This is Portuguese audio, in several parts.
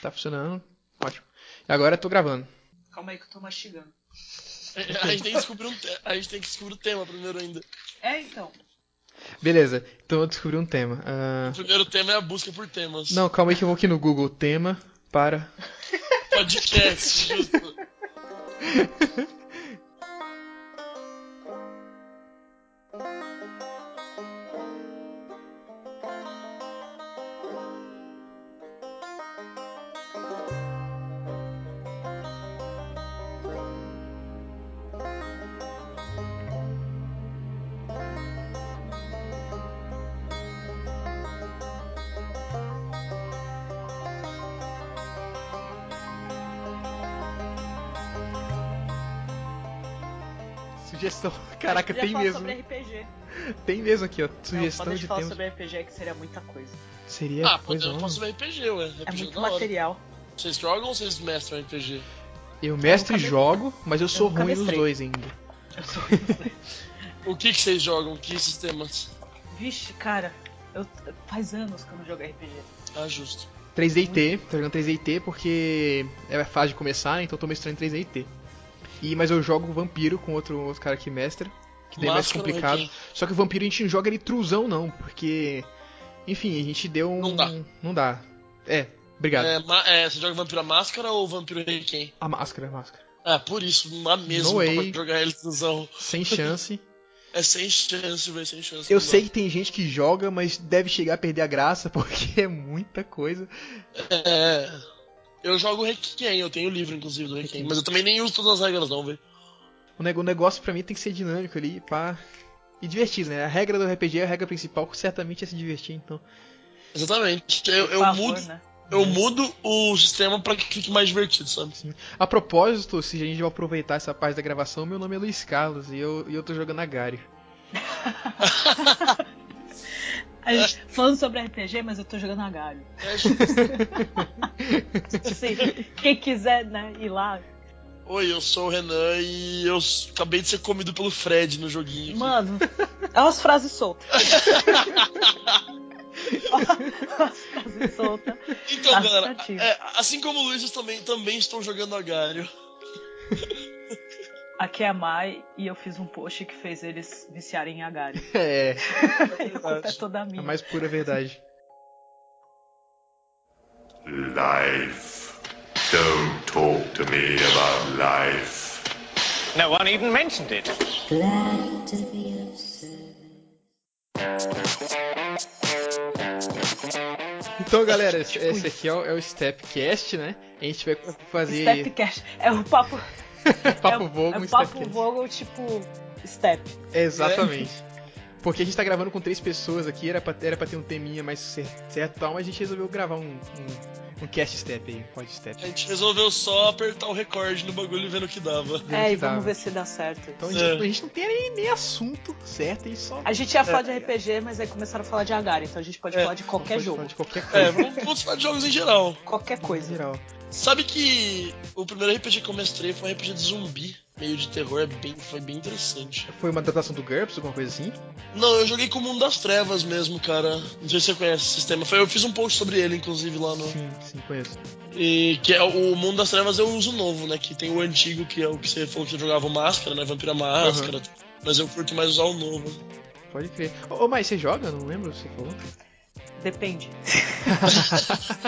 Tá funcionando. Ótimo. E agora eu tô gravando. Calma aí que eu tô mastigando. A gente tem que descobrir, um te- a gente tem que descobrir o tema primeiro ainda. É, então. Beleza, então eu descobri um tema. Ah, O primeiro tema é a busca por temas. Não, calma aí que eu vou aqui no Google. Tema para. Podcast, justo. Sugestão. Caraca, Eu É queria tem falar mesmo. sobre RPG. Tem mesmo aqui, ó. Não, Sugestão pode de falar temas. sobre RPG é que seria muita coisa. Seria é Ah, coisa um. podemos falar não? sobre RPG, ué. É RPG muito da hora. material. Vocês jogam ou vocês mestram RPG? Eu mestre Eu nunca jogo, mas eu sou nunca ruim nos mestrei. dois ainda. Eu sou... O que que vocês jogam? Que sistemas? Vixe, cara. Eu... Faz anos que eu não jogo RPG. Ah, justo. 3DT, tô jogando 3DT porque é fácil de começar, então eu tô mestrando 3DT. E, mas eu jogo Vampiro com outro, outro cara que mestra, que daí é mais Máscara, complicado. Só que o Vampiro a gente não joga ele trusão não, porque. Enfim, a gente deu um. Não dá. Não dá. É, obrigado. É, ma- é, você joga Vampiro à Máscara ou Vampiro Reiken? A máscara, a máscara. Ah, por isso, uma mesma No pra way. jogar ele ilusão. Sem chance. É sem chance, velho, sem chance. Eu não dá. sei que tem gente que joga, mas deve chegar a perder a graça, porque é muita coisa. É. Eu jogo Reiken, eu tenho o livro, inclusive, do Reiken. Mas eu também nem uso todas as regras, não, velho. O nego- o negócio pra mim tem que ser dinâmico ali, pá. E divertido, né? A regra do RPG, a regra principal, certamente é se divertir, então. Exatamente. É Eu, eu Por favor, mudo, né? eu mudo o sistema pra que fique mais divertido, sabe? A propósito, se a gente vai aproveitar essa parte da gravação, meu nome é Luiz Carlos e eu, e eu tô jogando Agario. A gente- É. falando sobre RPG, mas eu tô jogando a galho. É justo. Assim, quem quiser né, ir lá. Oi, eu sou o Renan e eu s- acabei de ser comido pelo Fred no joguinho. aqui. Mano, olha as frases soltas. Olha as frases soltas. Então, Tá galera, certinho. é, assim como o Luiz, eu também, também estou jogando Agário. Aqui é a Mai e eu fiz um post que fez eles viciarem em Agari. É, A culpa é toda minha. a mais pura verdade. Life. Don't talk to me about life. No one even mentioned it. Glad to be of service. Então, galera, esse tipo esse aqui é o, é o Stepcast, né? A gente vai fazer Stepcast. É o papo, é, papo o- vogo é um o papo Stepcast. É, Vogel, tipo Step. Exatamente. Porque a gente tá gravando com três pessoas aqui, era pra, era pra ter um teminha mais cer- certo e tal, mas a gente resolveu gravar um, um, um cast step aí, um pod step. A gente resolveu só apertar o recorde no bagulho e vendo o que dava. Vendo É, que e vamos dava. ver se dá certo. Então a É. gente, a gente não tem nem, nem assunto certo, a gente só A gente ia falar de RPG, mas aí começaram a falar de Agari, então a gente pode É, falar de qualquer pode jogo. falar de qualquer É, coisa. vamos, vamos falar de jogos em geral. Qualquer em coisa. geral. Sabe que o primeiro RPG que eu mestrei foi um RPG de zumbi, meio de terror, é bem, foi bem interessante. Foi uma adaptação do GURPS, alguma coisa assim? Não, eu joguei com o Mundo das Trevas mesmo, cara. Não sei se você conhece esse sistema. Foi- Eu fiz um post sobre ele, inclusive, lá no. Sim, sim, conheço. E que é o Mundo das Trevas eu uso novo, né? Que tem o antigo, que é o que você falou que você jogava o máscara, né? Vampira Máscara. Mas eu curto mais usar o novo. Pode crer. Ô, ô mas você joga? Não lembro o que você falou. Depende.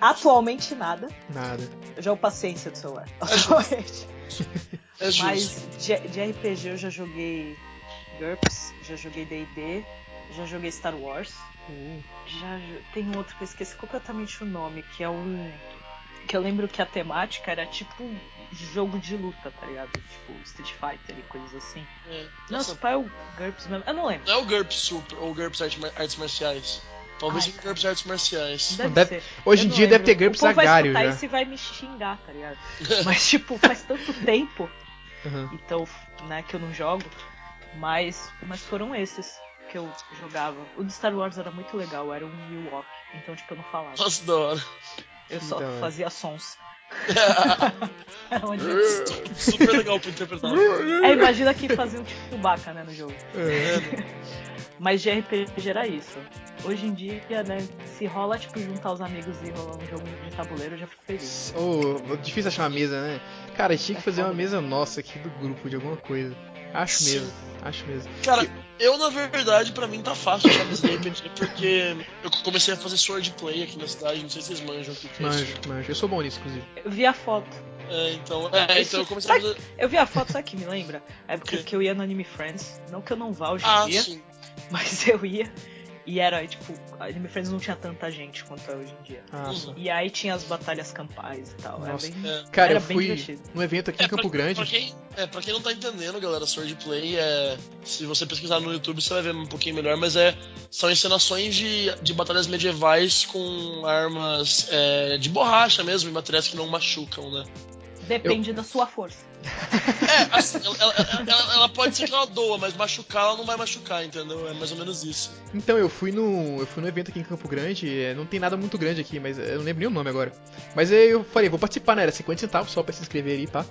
Atualmente nada. Nada. Eu já o paciência do celular. Atualmente. É justo. Mas de, de RPG eu já joguei GURPS, já joguei D&D, já joguei Star Wars, Hum. já jo- tem um outro que eu esqueci completamente o nome, que é um que eu lembro que a temática era tipo um jogo de luta, tá ligado? Tipo Street Fighter e coisas assim. É. Não, Nossa, se pá, é o GURPS mesmo, eu não lembro. Não é o GURPS Super ou o GURPS Arte- Artes Marciais. Talvez Ai, seja o GURPS Artes Marciais. Deve Deve- ser. Hoje Eu em não dia deve lembro. ter GURPS o povo vai Agário escutar já. isso e vai me xingar, tá ligado? Mas, tipo, faz tanto tempo, Aham. então, né, que eu não jogo. Mas, mas foram esses que eu jogava. O do Star Wars era muito legal, era um Milwaukee, então, tipo, eu não falava. Nossa, da hora. é. Eu só Da hora. fazia sons. É onde eu- Super legal pra interpretar. É, imagina que fazia o Chewbacca, né, no jogo. É. Mas de RPG era isso. Hoje em dia, né, se rola, tipo, juntar os amigos e rolar um jogo de tabuleiro, eu já fico feliz. Ô, é difícil achar uma mesa, né? Cara, tinha que fazer uma mesa nossa aqui do grupo, de alguma coisa. Acho mesmo, acho mesmo. Cara, eu na verdade, pra mim tá fácil achar mesa de RPG, né? porque eu comecei a fazer swordplay aqui na cidade, não sei se vocês manjam o que que é isso. Manjo, manjo. Eu sou bom nisso, inclusive. Eu vi a foto. É, então, é, Isso- então eu comecei a sabe- fazer. Eu vi a foto, sabe que me lembra? É porque quê? que eu ia no Anime Friends. Não que eu não vá hoje em Ah, dia, sim. mas eu ia. E era, tipo, a Anime Friends não tinha tanta gente quanto é hoje em dia. Ah, só. E aí tinha as batalhas campais e tal. Era Nossa. bem... É. Cara, Era eu bem fui divertido. num evento aqui em Campo pra, Grande. Pra quem, é, pra quem não tá entendendo, galera, Swordplay é. Se você pesquisar no YouTube, você vai ver um pouquinho melhor, mas é. São encenações de, de batalhas medievais com armas é, de borracha mesmo, e materiais que não machucam, né? Depende da sua força. É, assim, ela, ela- ela- ela pode ser que ela doa, mas machucar ela não vai machucar, entendeu? É mais ou menos isso. Então, eu fui num. Eu fui num evento aqui em Campo Grande, é, não tem nada muito grande aqui, mas é, eu não lembro nem o nome agora. Mas aí eu falei, vou participar, né? Era 50 centavos só pra se inscrever aí, pá.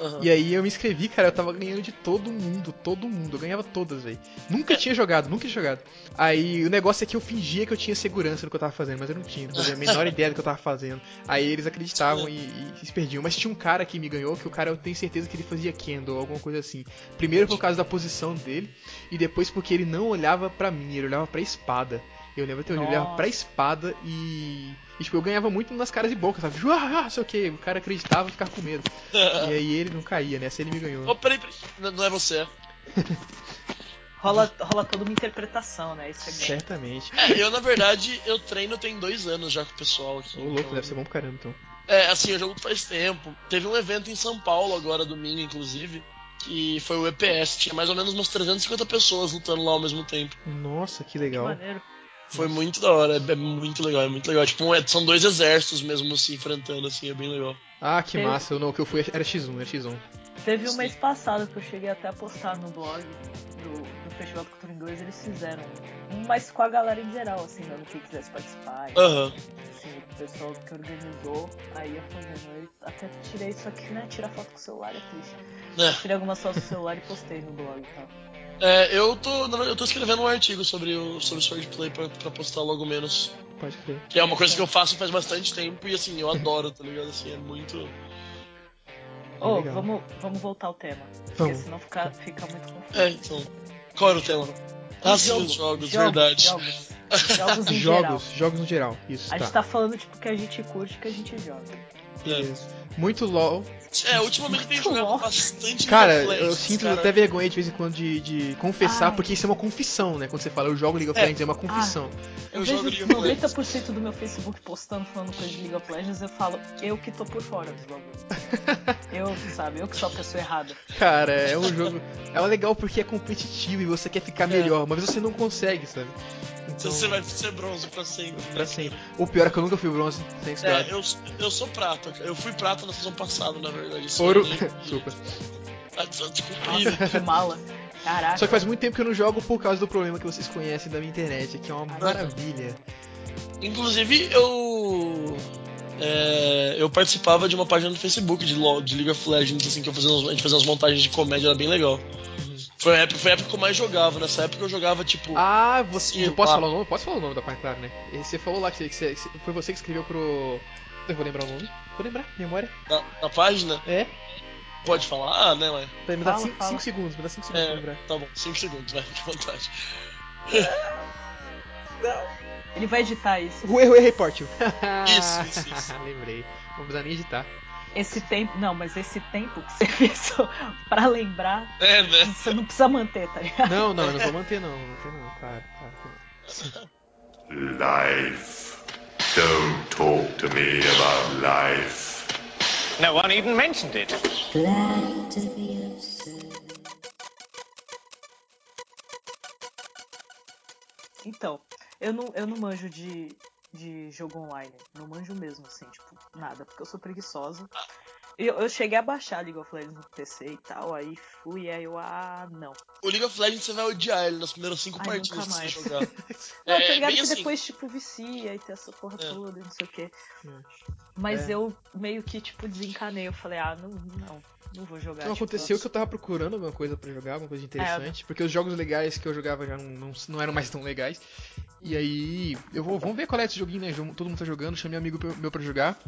Aham. E aí eu me inscrevi, cara, eu tava ganhando de todo mundo, todo mundo, eu ganhava todas, velho. Nunca tinha jogado, nunca tinha jogado. Aí o negócio é que eu fingia que eu tinha segurança no que eu tava fazendo, mas eu não tinha, não fazia a menor ideia do que eu tava fazendo. Aí eles acreditavam e, e se perdiam. Mas tinha um cara que me ganhou, que o cara eu tenho certeza que ele fazia kendo ou alguma coisa assim. Primeiro por causa da posição dele, e depois porque ele não olhava pra mim, ele olhava pra espada. Eu lembro até hoje, ele olhava Nossa. pra espada e. E tipo, eu ganhava muito nas caras de boca, sabe? Ah, ah, sei o que, o cara acreditava e ficava com medo. E aí ele não caía, né? Se ele me Oh, ganhou. peraí, peraí. Não, não é você. Rola, rola toda uma interpretação, né? Isso é bem- Certamente. É, eu, na verdade, eu treino tem dois anos já com o pessoal aqui. Ô louco, então- deve ser bom pra caramba então. É, assim, eu jogo faz tempo. Teve um evento em São Paulo agora, domingo, inclusive, que foi o EPS. Tinha mais ou menos umas 350 pessoas lutando lá ao mesmo tempo. Nossa, que que legal. maneiro. Foi muito da hora, é, é muito legal, é muito legal. Tipo, um- é- são dois exércitos mesmo se enfrentando, assim, é bem legal. Ah, que Teve- massa. Eu não, o que eu fui era X1, era X1. Teve um Sim. mês passado que eu cheguei até a postar no blog do, do Festival de Cultura Inglesa, eles fizeram. um, Mas com a galera em geral, assim, dando quem quisesse participar. e, Aham. assim, o pessoal que organizou, aí eu fazendo eles. Até tirei isso aqui, né? Tirar foto com o celular é triste. É. Tirei algumas fotos do celular e postei no blog tá? e tal. É, eu tô. na verdade, Eu tô escrevendo um artigo sobre o sobre Swordplay pra, pra postar logo menos. Pode crer. Que é uma coisa que eu faço faz bastante tempo e assim, eu adoro, tá ligado? Assim, é muito. Ô, legal. vamos, vamos voltar ao tema. Porque Vamos. senão fica, fica muito confuso. É, então. Qual era o tema? Ah, sim, os jogos, verdade. Jogos, jogos em geral. Jogos, jogos no geral. Isso, A gente tá. tá falando tipo que a gente curte, que a gente joga. É. Isso. Muito LOL. É, ultimamente tem Muito jogado louco. bastante Cara, League of eu Legends, sinto cara. até vergonha de vez em quando de, de confessar, Ai. porque isso é uma confissão, né? Quando você fala eu jogo League of É. Legends, é uma confissão. Eu Eu jogo vejo League of Legends. 90% do meu Facebook postando falando coisa de League of Legends, eu falo, eu que tô por fora dos bagulhos. eu, sabe, eu que sou a pessoa errada. Cara, é um jogo. É legal porque é competitivo e você quer É. ficar melhor, mas você não consegue, sabe? Então Então, Você vai ser bronze pra sempre. pra sempre. O pior é que eu nunca fui bronze, sem É, escravo. eu, eu sou prata. cara. Eu fui prata na sessão passada, na verdade. Isso Ouro. aí- Desculpa. Ah, des- Desculpa. aí. Nossa, que mala. Caraca. Só que faz muito tempo que eu não jogo por causa do problema que vocês conhecem da minha internet, que é uma maravilha. Inclusive, eu. é, eu participava de uma página no Facebook de, LOL, de League of Legends, assim, que eu fazia uns- a gente fazia umas montagens de comédia, era bem legal. Foi a época, foi a época que eu mais jogava. Nessa época eu jogava, tipo. Uhum. Ah, você. Sim, eu posso tá. falar o nome? Posso falar o nome da página, claro, né? E Você falou lá que, você- que você- que você- foi você que escreveu pro. Eu vou lembrar o nome. Vou lembrar, memória. Na, na página, É? pode falar? Ah, né, mas. Peraí, Me dá Fala, 5 fala. segundos, me dá 5 segundos pra É, lembrar. tá bom, 5 segundos, vai, que vontade. Ele vai editar isso. O erro, errei, Portil. Isso, isso, isso. Lembrei. Não precisa nem editar. Esse tempo. Não, mas esse tempo que você fez só pra lembrar, É, né? você não precisa manter, tá ligado? Não, não, eu não vou manter não, não vou manter não, claro, claro. que não. Life. Don't talk to me about life. No one even mentioned it. Glad to be of service. Então, eu não, eu não manjo de, de jogo online. Não manjo mesmo, assim, tipo, nada, porque eu sou preguiçosa. E Eu, eu cheguei a baixar League of Legends no PC e tal, aí fui, aí eu, ah, não. O League of Legends você vai odiar ele nas primeiras 5 Ai, partidas nunca que você mais. jogar. Não, tá é, ligado bem que assim. depois, tipo, vicia e tem essa porra É. toda, não sei o quê. Mas É. eu meio que, tipo, desencanei. Eu falei, ah, não, não, não vou É, jogar. Então tipo, aconteceu que eu tava procurando alguma coisa pra jogar, alguma coisa interessante, porque os jogos legais que eu jogava já não, não, não eram mais tão legais. E aí, eu vou, vamos ver qual é esse joguinho, né? Jogo- Todo mundo tá jogando, chamei um amigo pra- meu pra jogar.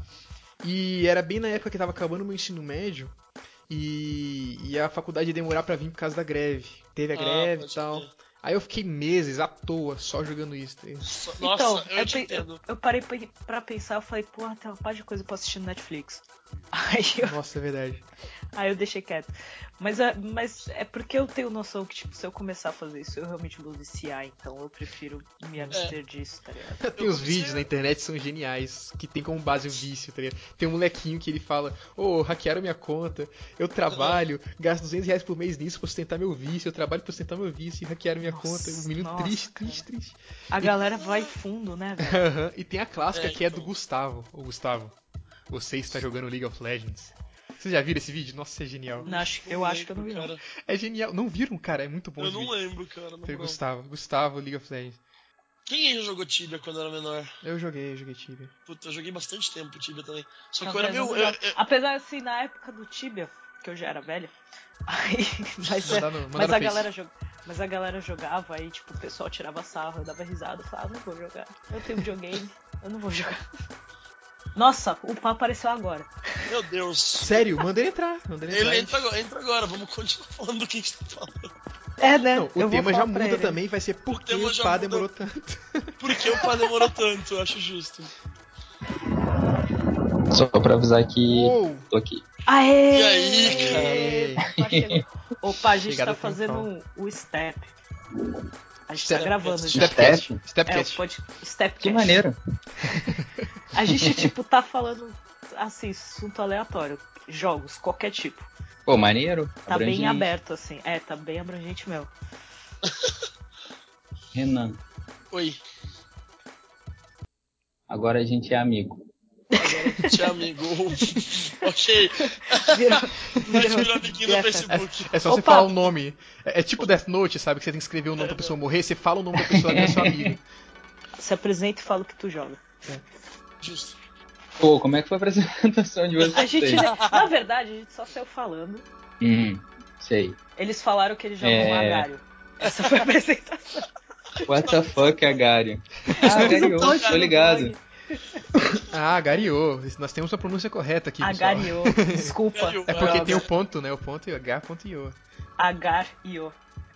E era bem na época que tava acabando o meu ensino médio e, e a faculdade ia demorar pra vir por causa da greve. Teve a Ah, greve e pode tal. crer. Aí eu fiquei meses à toa só jogando isso. Só- Então, Nossa, eu, eu, te pe- entendo. eu parei pe- pra pensar, eu falei, porra, tem uma parte de coisa pra assistir no Netflix. Aí eu, Nossa, é verdade. aí eu deixei quieto. Mas é, mas é porque eu tenho noção que, tipo, se eu começar a fazer isso, eu realmente vou viciar, então eu prefiro É. me abster disso, tá ligado? Tem uns vídeos na internet que são geniais, que tem como base o vício, tá ligado? Tem um molequinho que ele fala, ô, hackearam minha conta, eu trabalho, gasto 200 reais por mês nisso pra sustentar meu vício, eu trabalho pra sustentar meu vício e hackearam minha Nossa, conta. Um menino nossa, triste, cara. triste, triste. A galera vai fundo, né, velho? Aham, e tem a clássica É, que é do então. Gustavo. Ô, Gustavo, você está jogando League of Legends. Vocês já viram esse vídeo? Nossa, é genial. Não, acho- eu acho que eu não vi. não. Cara, É genial. Não viram, cara? É muito bom eu esse não vídeo. lembro, cara. na Tem o moral. Gustavo, Gustavo, League of Legends. Quem já jogou Tibia quando era menor? Eu joguei, eu joguei Tibia. Puta, eu joguei bastante tempo Tibia também. Só que eu Apesar era de meio. não- eu- eu- Apesar assim, na época do Tibia, que eu já era velha, aí, mas, é- Mandar no- mandar mas no a Face. galera jogava. Mas a galera jogava aí, tipo, o pessoal tirava sarro, eu dava risada, eu falava, ah, não vou jogar. Eu tenho videogame, eu não vou jogar. Nossa, o pá apareceu agora. Meu Deus. Sério, manda ele entrar. Manda ele entrar. Ele entra agora, entra agora, vamos continuar falando do que a gente tá falando. É, né? Não, o tema já muda também, vai ser por que tema o já pá muda. demorou tanto. Por que o pai demorou tanto? Eu acho justo. Só pra avisar que Uou! É, tô aqui. Aê! E é, aí, cara? Opa, a gente Chegada tá fazendo triunfal. um- o step. A gente Step. tá gravando já. Stepcast. Step? É, Stepcast. o pod... step Que maneiro. A gente, tipo, tá falando, assim, assunto aleatório. Jogos, qualquer tipo. Pô, maneiro. Tá bem Abrangente. aberto, assim. É, tá bem abrangente mesmo. Renan, Oi, agora a gente é amigo. tchau, amigo. ok. Virou- Mas melhor amiguinho no Virou- Facebook. É só você Opa! falar o nome. É, é tipo Death Note, sabe? Que você tem que escrever o nome da pessoa morrer, você fala o nome da pessoa e é seu amigo. Se apresenta e fala o que tu joga. Justo. Pô, como é que foi a apresentação de vocês? A gente, né, na verdade, a gente só saiu falando. Hum, sei. Eles falaram que eles jogam É. um agário. Essa foi a apresentação. What the fuck, Agário? Ah, Agário, tô ligado. Ah, Gariô. Nós temos a pronúncia correta Ah, aqui, pessoal. Agariô. Desculpa. Agariô. É porque Ah, tem um- o ponto, né? O ponto e o H, ponto e o. Agariô.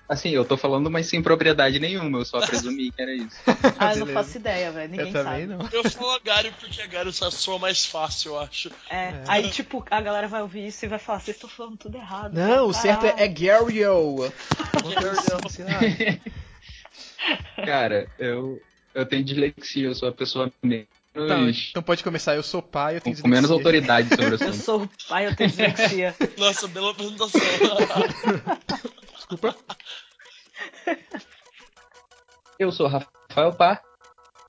Assim, eu tô falando, mas sem propriedade nenhuma, eu só presumi que era isso. Ah, eu não Beleza. faço ideia, velho. Ninguém Eu também sabe. não. Eu falo agário porque agário só soa mais fácil, eu acho. É. É. Aí, tipo, a galera vai ouvir isso e vai falar, vocês estão falando tudo errado. Não, o Caralho. certo é, é Gariô. Sei lá. Cara, eu, eu tenho dislexia, eu sou a pessoa menos, Tá, então pode começar. Eu sou pai, eu tenho com menos dislexia. autoridade sobre o Eu assunto. sou o pai, eu tenho dislexia. Nossa, bela apresentação. Desculpa. Eu sou Rafael Pá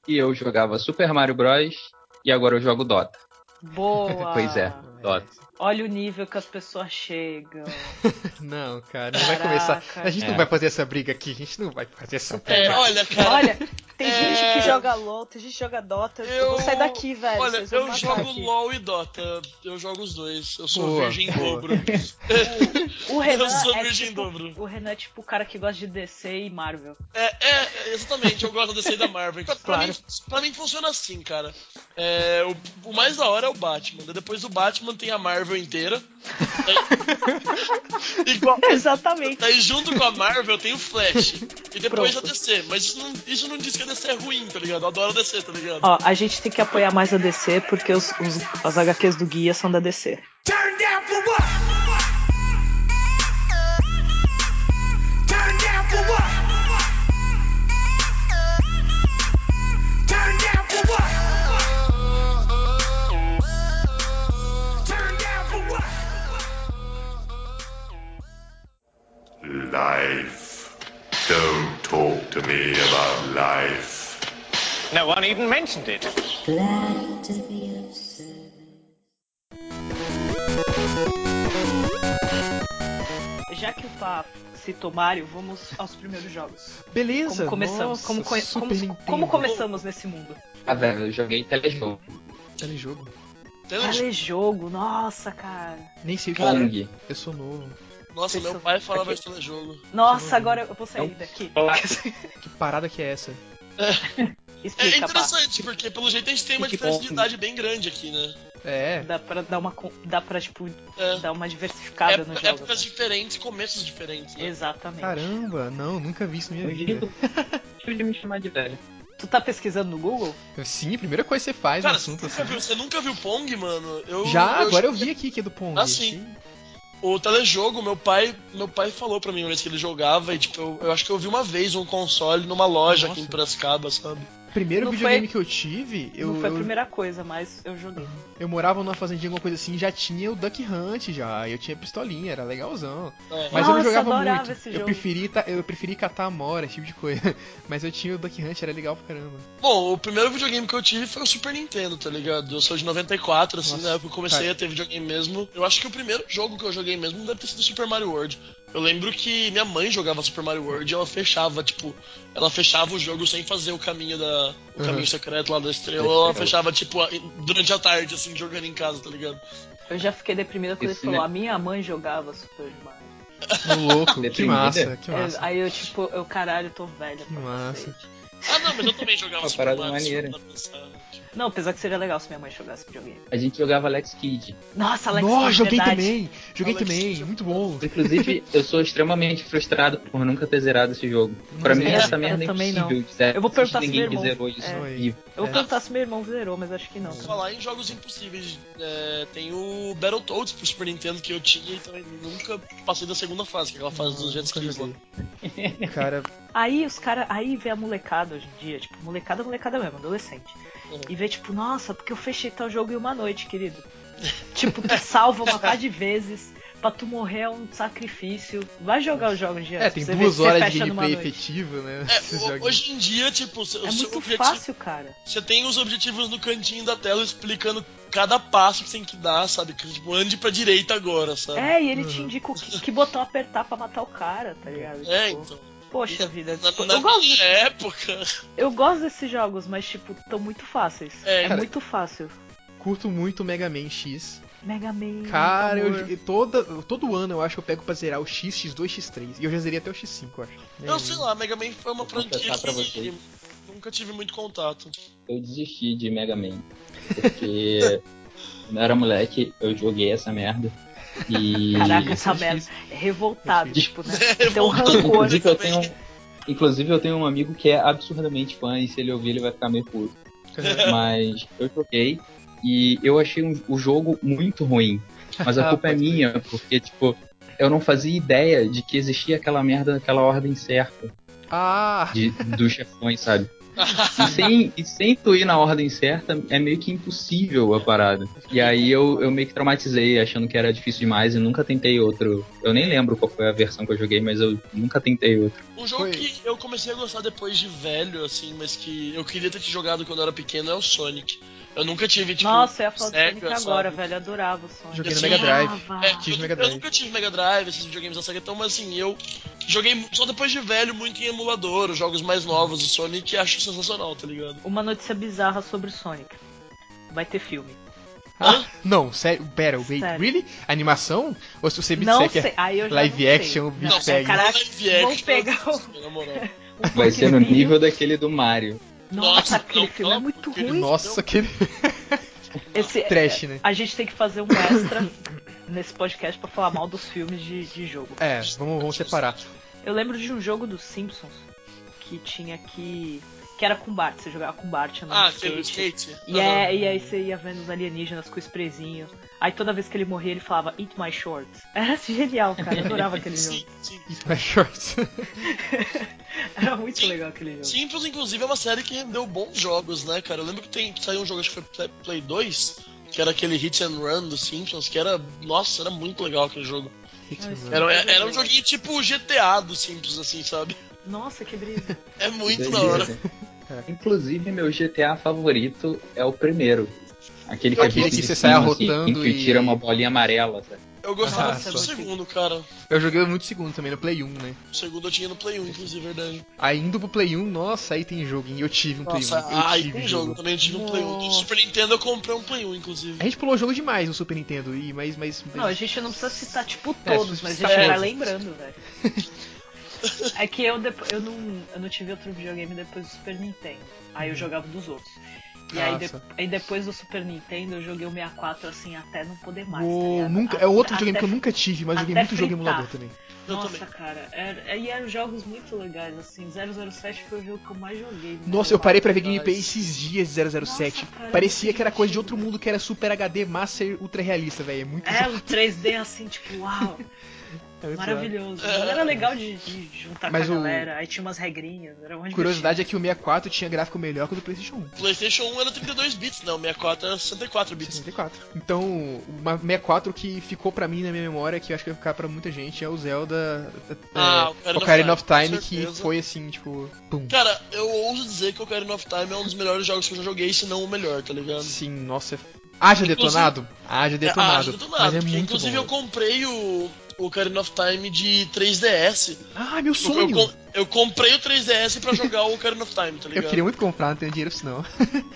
e eu jogava Super Mario Bros. e agora eu jogo Dota. Boa. Pois é, Dota. Olha o nível que as pessoas chegam. Não, cara, não vai Caraca. começar. A gente não É. vai fazer essa briga aqui, a gente não vai fazer essa briga. É, olha, cara. Olha, tem gente É. que joga LOL, tem gente que joga Dota. Eu, vou sair daqui, velho. Olha, vocês vão eu matar jogo aqui. LOL e Dota. Eu jogo os dois. Eu sou Boa, virgem em boa. dobro. O Renan eu sou é virgem em tipo, dobro. o Renan é tipo o cara que gosta de DC e Marvel. É, é, exatamente, eu gosto da DC e da Marvel. Pra, pra Claro. mim, pra mim funciona assim, cara. É, o, o mais da hora é o Batman. Daí Depois do Batman tem a Marvel inteira. Daí- Igual- Exatamente. Daí junto com a Marvel tem o Flash. E depois Pronto. a DC. Mas isso não, isso não diz que a DC é ruim, tá ligado? Eu adoro a DC, tá ligado? Ó, a gente tem que apoiar mais a DC porque os, os- as HQs do Guia são da DC. Life. Don't talk to me about life. No one even mentioned it. Glad to be of service. Já que o Pá citou Mario, vamos aos primeiros jogos. Beleza. Como começamos? nossa, como, conhe- Super como- Nintendo. como começamos nesse mundo? Ah, velho, eu joguei telejogo. Telejogo. Tem legenda? Telejogo, nossa, cara. Nem sei o que é. Pong. Eu sou novo. Nossa, meu pai falava isso no jogo. Hum. Nossa, agora eu vou É sair daqui. Que parada que é essa? É Explica, pá. interessante, porque pelo jeito a gente tem uma Que diferença bom. de idade bem grande aqui, né? É. Dá pra dar uma, con- dá pra, tipo, É. dar uma diversificada um no Época- jogo. épocas diferentes, começos diferentes. Né? Exatamente. Caramba, não, nunca vi isso na minha vida. Deixa de me chamar de velho. Tu tá pesquisando no Google? Sim, a primeira coisa que você faz no Cara, você assunto nunca, assim. viu, você nunca viu Pong, mano? Eu, Já, agora eu vi aqui que é do Pong. Ah, sim. O telejogo, meu pai, meu pai falou pra mim uma vez que ele jogava e tipo, eu, eu acho que eu vi uma vez um console numa loja aqui em Nossa. Piracicaba, sabe? Primeiro Não videogame foi- que eu tive, eu, Não foi a eu- primeira coisa, mas eu joguei. eu morava numa fazendinha, alguma coisa assim, já tinha o Duck Hunt já, eu tinha pistolinha, era legalzão. É. Mas eu não Nossa, jogava adorava muito. esse eu, jogo. preferi, ta- eu preferi catar a mora, esse tipo de coisa. Mas eu tinha o Duck Hunt, era legal pra caramba. Bom, o primeiro videogame que eu tive foi o Super Nintendo, tá ligado? Eu sou de 94, assim, Nossa, na época que eu comecei cara. a ter videogame mesmo. Eu acho que o primeiro jogo que eu joguei mesmo deve ter sido Super Mario World. Eu lembro que minha mãe jogava Super Mario World e ela fechava, tipo, ela fechava o jogo sem fazer o caminho da. O Uhum. caminho secreto lá da estrela. Ela fechava, tipo, a- durante a tarde, assim, jogando em casa, tá ligado? Eu já fiquei deprimida quando ele Esse falou, ne- a minha mãe jogava Super Mario. No louco, que Deprimida? massa, que Eu- massa. aí eu, tipo, eu caralho, eu tô velha. pra massa. cacete. Ah, não, mas eu também jogava Uma Super parada Mario. se maneira. for pra pensar. Não, apesar que seria legal se minha mãe jogasse videogame. A gente jogava Alex Kidd. Nossa, Alex, Nossa, Kidd, joguei verdade. também! Joguei Alex também, Kidd. muito bom. Inclusive, eu sou extremamente frustrado por nunca ter zerado esse jogo. Não pra mim, zerei. essa Eu merda é também impossível não. de zerar. Eu vou perguntar se Ninguém meu irmão- que zerou isso. É. E Eu vou É. perguntar se meu irmão zerou, mas acho que não. Por falar em jogos impossíveis, é, tem o Battletoads pro Super Nintendo que eu tinha e também nunca passei da segunda fase, que é aquela fase dos jet Nunca skis lá. joguei. Cara, Aí os caras, aí vê a molecada hoje em dia, tipo, molecada, molecada mesmo, adolescente. Uhum. E vê, tipo, nossa, porque eu fechei tal jogo em uma noite, querido. tipo, tu salva uma par de vezes, pra tu morrer é um sacrifício. Vai jogar os jogos de é, antes, tem você vê duas se horas você de fecha numa gameplay noite. efetiva, né? É, esses ho- jogos. hoje em dia, tipo, o seu É o seu muito objetivo- fácil, cara. Você tem os objetivos no cantinho da tela explicando cada passo que você tem que dar, sabe? Que, tipo, ande pra direita agora, sabe? É, e ele te Uhum. indica o que, que botão apertar pra matar o cara, tá ligado? É, Tipo, então. Poxa vida, Na, tipo, na eu, gosto, minha época. eu gosto desses jogos, mas tipo, tão muito fáceis. É, É, cara. muito fácil. Curto muito Mega Man X. Mega Man. Cara, eu, Hum, amor. eu- toda, todo ano eu acho que eu pego pra zerar o X, X2, X3. E eu já zerei até o X5, eu acho. É, Eu sei lá, Mega Man foi uma É. Vou franquia confessar pra que vocês. nunca tive muito contato. eu desisti de Mega Man. Porque quando eu era moleque, eu joguei essa merda. E. Caraca, Isso, essa merda. isso. É revoltado, Isso. tipo, né? É, Tem um rancor. Inclusive eu, tenho, um, inclusive, eu tenho um amigo que é absurdamente fã, e se ele ouvir, ele vai ficar meio puto. Mas eu joguei e eu achei um- o jogo muito ruim. Mas a culpa é Pode minha, porque, tipo, eu não fazia ideia de que existia aquela merda naquela ordem certa Ah, de, dos chefões, sabe? E sem, e sem tu ir na ordem certa, é meio que impossível a parada. E aí eu, eu meio que traumatizei, achando que era difícil demais e nunca tentei outro. Eu nem lembro qual foi a versão que eu joguei, mas eu nunca tentei outro. Um jogo Foi. que eu comecei a gostar depois de velho, assim, mas que eu queria ter jogado quando eu era pequeno é o Sonic. Eu nunca tive, tipo. Nossa, eu ia falar do Sega, Sonic agora, sabe? velho. eu Adorava o Sonic. Joguei no Eu Mega Drive. adorava. É, Tive eu, Mega eu Drive. nunca tive Mega Drive, esses videogames da SEGA, então, mas assim, eu joguei só depois de velho, muito em emulador, os jogos mais novos, o Sonic, e acho sensacional, tá ligado? Uma notícia bizarra sobre o Sonic. Vai ter filme. ah, não, sério, pera, wait, Sério. really? Animação? Ou se você me Não disser que sei. é Aí eu já live não sei. action, o bicho Não, pega. Caraca, live vão action, pegar o- na moral. um Vai ser no pouquinho. nível daquele do Mario. Nossa, Nossa, aquele não, filme é não, muito porque- ruim. Nossa, que Esse, é, trash, né? A gente tem que fazer um extra nesse podcast pra falar mal dos filmes de, de jogo. É, vamos, vamos separar. Eu lembro de um jogo dos Simpsons que tinha que. que era com Bart, você jogava com Bart no Ah, aquele do skate. skate? E, é- e aí você ia vendo os alienígenas com o sprayzinho. Aí toda vez que ele morria, ele falava, Eat my shorts. Era genial, cara. Eu adorava aquele jogo. Sim, sim. Isso é shorts. Era muito legal aquele jogo. Simples, inclusive, é uma série que rendeu bons jogos, né, cara? Eu lembro que tem, que saiu um jogo, acho que foi Play- Play 2, que era aquele hit and run dos Simpsons, que era. Nossa, era muito legal aquele jogo. Era, era um joguinho tipo GTA dos Simpsons, assim, sabe? Nossa, que brisa. É muito da hora. Inclusive, meu GTA favorito é o primeiro. Aquele que, é Aquele visto que de você cima, sai assim, arrotando em que e- tira uma bolinha amarela, sabe? Eu gostava Nossa. do segundo, cara. Eu joguei muito segundo também, no Play 1, né? O segundo eu tinha no Play 1, inclusive, verdade. Aí indo pro Play 1, nossa, aí tem jogo, hein? Eu tive um Play 1. Nossa, Eu ai, tive tem jogo. Também eu tive um Play 1. Do Nossa. Super Nintendo eu comprei um Play 1, inclusive. A gente pulou jogo demais no Super Nintendo, e mas, mas, mas- Não, a gente não precisa citar, tipo, É, todos, mas a citar gente vai todos. lembrando, velho. É que eu, depo- eu, não, eu não tive outro videogame depois do Super Nintendo. Aí eu jogava dos outros. E aí, de- Uhum. Nossa. aí depois do Super Nintendo eu joguei o 64 assim até não poder mais. tá Uou, ligado? nunca, A- é outro videogame que até- eu nunca tive, mas eu joguei até muito jogo em fritar. emulador também. Eu Nossa, também. cara, era, e eram jogos muito legais, assim. 007 foi o jogo que eu mais joguei. Nossa, eu parei pra ver gameplay esses dias de 007. Nossa, cara, Parecia muito que era coisa de outro divertido. mundo, que era Super HD, Master, Ultra Realista, velho. É muito É, um 3D assim, tipo, uau, é muito maravilhoso. Mas Era legal de, de juntar Mas com a o- galera, aí tinha umas regrinhas, era um uma legal. Curiosidade é que o 64 tinha gráfico melhor que o do PlayStation 1. O PlayStation 1 era 32 bits, não. o 64 era 64 bits. 64. Então, uma 64 que ficou pra mim na minha memória, que eu acho que vai ficar pra muita gente, é o Zelda é, Ah, Ocarina of Ocarina of Time, Time, com que certeza. foi assim, tipo, pum. Cara, eu ouso dizer que o Ocarina of Time é um dos melhores jogos que eu já joguei, se não o melhor, tá ligado? Sim, nossa. é Haja Inclusive- detonado? Haja detonado. acho detonado, Mas é porque, muito inclusive bom. eu comprei o, o Ocarina of Time de 3DS. Ah, meu Eu, eu sonho! com- eu comprei o 3DS pra jogar o Ocarina of Time, tá Eu ligado? queria um- muito comprar, não tenho dinheiro pra isso não.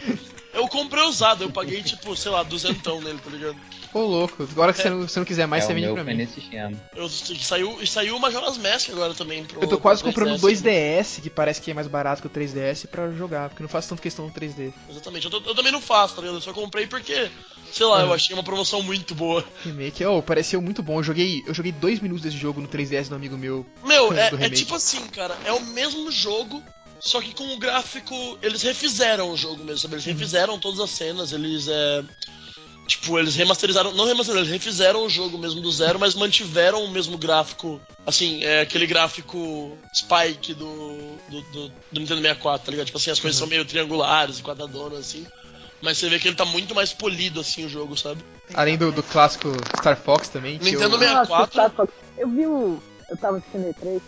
Eu comprei usado, eu paguei tipo, sei lá, duzentão nele, tá ligado? Ô louco, agora que você não, você não quiser mais, é, você o vende meu pra foi mim. nesse esquema. Eu, e saiu, e saiu o Majora's Mask agora também pro. Eu tô quase pro comprando o 3DS. 2DS, que parece que é mais barato que o 3DS, pra jogar, porque eu não faço tanto questão do 3D. Exatamente, eu, tô- eu também não faço, tá ligado? Eu só comprei porque, sei lá, eu É. achei uma promoção muito boa. Remake, oh, pareceu muito bom. Eu joguei, eu joguei dois minutos desse jogo no 3DS do um amigo meu. Meu, é, Do é remake. tipo assim, cara, é o mesmo jogo, só que com o gráfico. Eles refizeram o jogo mesmo, sabe? Eles Uhum. refizeram todas as cenas, eles é. Tipo, eles remasterizaram. Não remasterizaram, eles refizeram o jogo mesmo do zero, mas mantiveram o mesmo gráfico. Assim, é aquele gráfico Spike do, do, do, do Nintendo 64, tá ligado? Tipo assim, as Uhum. coisas são meio triangulares, quadradonas, assim. Mas você vê que ele tá muito mais polido, assim, o jogo, sabe? Além do, do clássico Star Fox também, que Nintendo eu... 64. Nossa, tá- eu vi o. Eu tava assistindo E3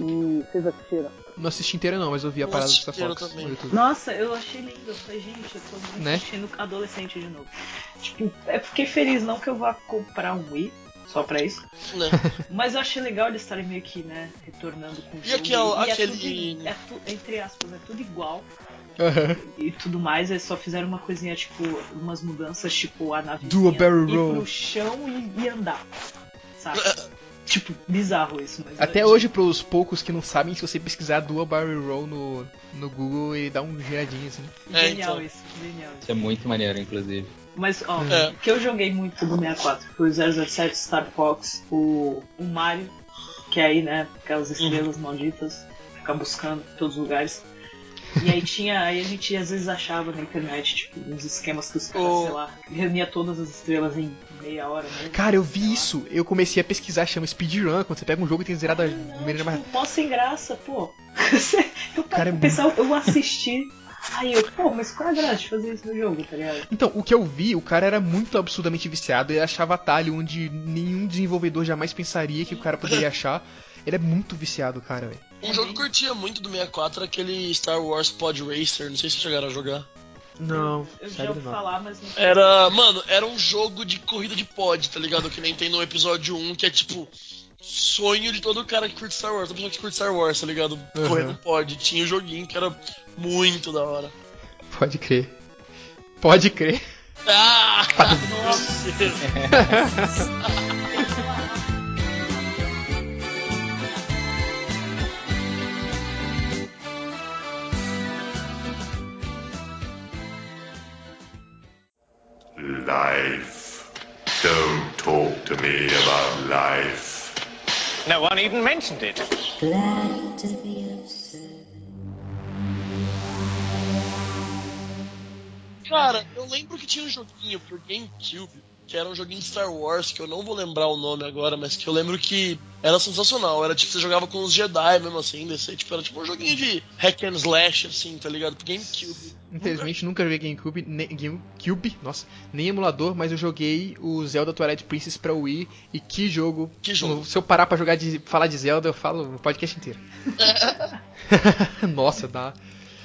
e vocês assistiram. não assisti inteiro não, mas eu vi a Eu parada do assisti Star inteiro Fox também. no YouTube. Nossa, eu achei lindo. Eu falei, gente, eu tô me é Né? sentindo adolescente de novo. Tipo, eu fiquei feliz não que eu vá comprar um Wii, só pra isso. Né? Mas eu achei legal eles estarem meio que, né, retornando com o jogo. aquela- é aquele- tudo- é tu- entre aspas, é tudo igual Aham. e tudo mais. Eles só fizeram uma coisinha, tipo, umas mudanças, tipo, a nave Do a barrel ir roll. pro chão e, e andar. Sabe? Ah. tipo, bizarro isso, mas. é, Até hoje, pros poucos que não sabem, se você pesquisar Dual Barrel Roll no, no Google, ele dá um giradinho assim. É, Genial então. isso, genial isso. Isso é muito maneiro, inclusive. Mas, ó, É. o que eu joguei muito do 64 foi o 007 Star Fox, o, o Mario, que aí, né, Uhum. aquelas estrelas malditas, ficar buscando em todos os lugares. E aí tinha, aí a gente às vezes achava na internet, tipo, uns esquemas que os caras, O- sei lá, reunia todas as estrelas em meia hora, né? Cara, eu sei vi lá. isso. Eu comecei a pesquisar, chama speedrun, quando você pega um jogo e tem zerado a maneira mais. Tipo, mó sem graça, pô. eu Cara, é parei pra pensar, eu assisti, aí eu, pô, mas qual é a graça de fazer isso no jogo, tá ligado? Então, o que eu vi, o cara era muito absurdamente viciado, ele achava atalho onde nenhum desenvolvedor jamais pensaria que o cara poderia achar. Ele é muito viciado, cara, velho. Um jogo que eu curtia muito do 64 era aquele Star Wars Pod Racer, não sei se chegaram a jogar. Não, Eu já sério ouvi não. É. falar, mas não Era, mano, era um jogo de corrida de pod, tá ligado? Que nem tem no episódio 1, que é tipo sonho de todo cara que curte Star Wars, toda pessoa que curte Star Wars, tá ligado? Uhum. Correndo pod. Tinha um joguinho que era muito da hora. Pode crer. Pode crer. Ah! Nossa. Life. Don't talk to me about life. No one even mentioned it. Glad to be of service. Cara, eu lembro que tinha um joguinho pro GameCube, que era um joguinho de Star Wars, que eu não vou lembrar o nome agora, mas que eu lembro que era sensacional. Era tipo, você jogava com os Jedi mesmo assim, desse, tipo, era tipo um joguinho de hack and slash, assim, tá ligado? Pro GameCube. Infelizmente nunca joguei GameCube, nem, GameCube, nossa, nem emulador, mas eu joguei o Zelda Twilight Princess pra Wii e que jogo. Que jogo. Se eu parar pra jogar de, falar de Zelda, eu falo o podcast inteiro. nossa, dá.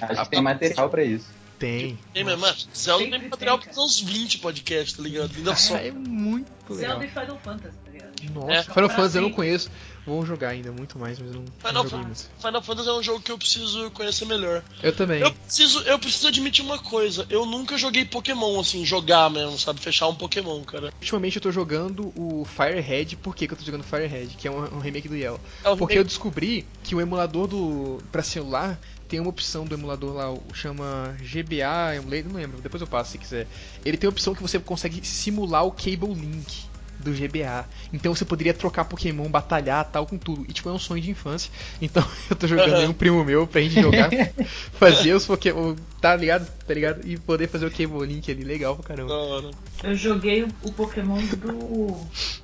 Acho Ah, que tem material pra isso. Tem. Tem, mas, mano, Zelda Sempre tem material tem, pra uns 20 podcasts, tá ligado? Ainda só. É muito legal. Zelda e Final Fantasy, tá ligado? Nossa, É. Final Fantasy eu não Brasil. conheço. Vou jogar ainda muito mais, mas eu não, Final não joguei Fantasy. muito. Final Fantasy é um jogo que eu preciso conhecer melhor. Eu também. Eu preciso, eu preciso admitir uma coisa, eu nunca joguei Pokémon, assim, jogar mesmo, sabe? Fechar um Pokémon, cara. Ultimamente eu tô jogando o Firehead. Por que, que eu tô jogando Firehead? Que é um, um remake do Yellow. É o Porque eu remake- descobri que o emulador do pra celular tem uma opção do emulador lá, o- chama GBA Emulator, é um não lembro, depois eu passo se quiser. Ele tem a opção que você consegue simular o Cable Link do GBA. Então você poderia trocar Pokémon, batalhar, tal, com tudo. E tipo, é um sonho de infância. Então eu tô jogando aí um primo meu pra gente jogar, fazer os Pokémon, tá ligado? Tá ligado? E poder fazer o Cable Link ali, legal pra Da caramba. hora. Eu joguei o Pokémon do,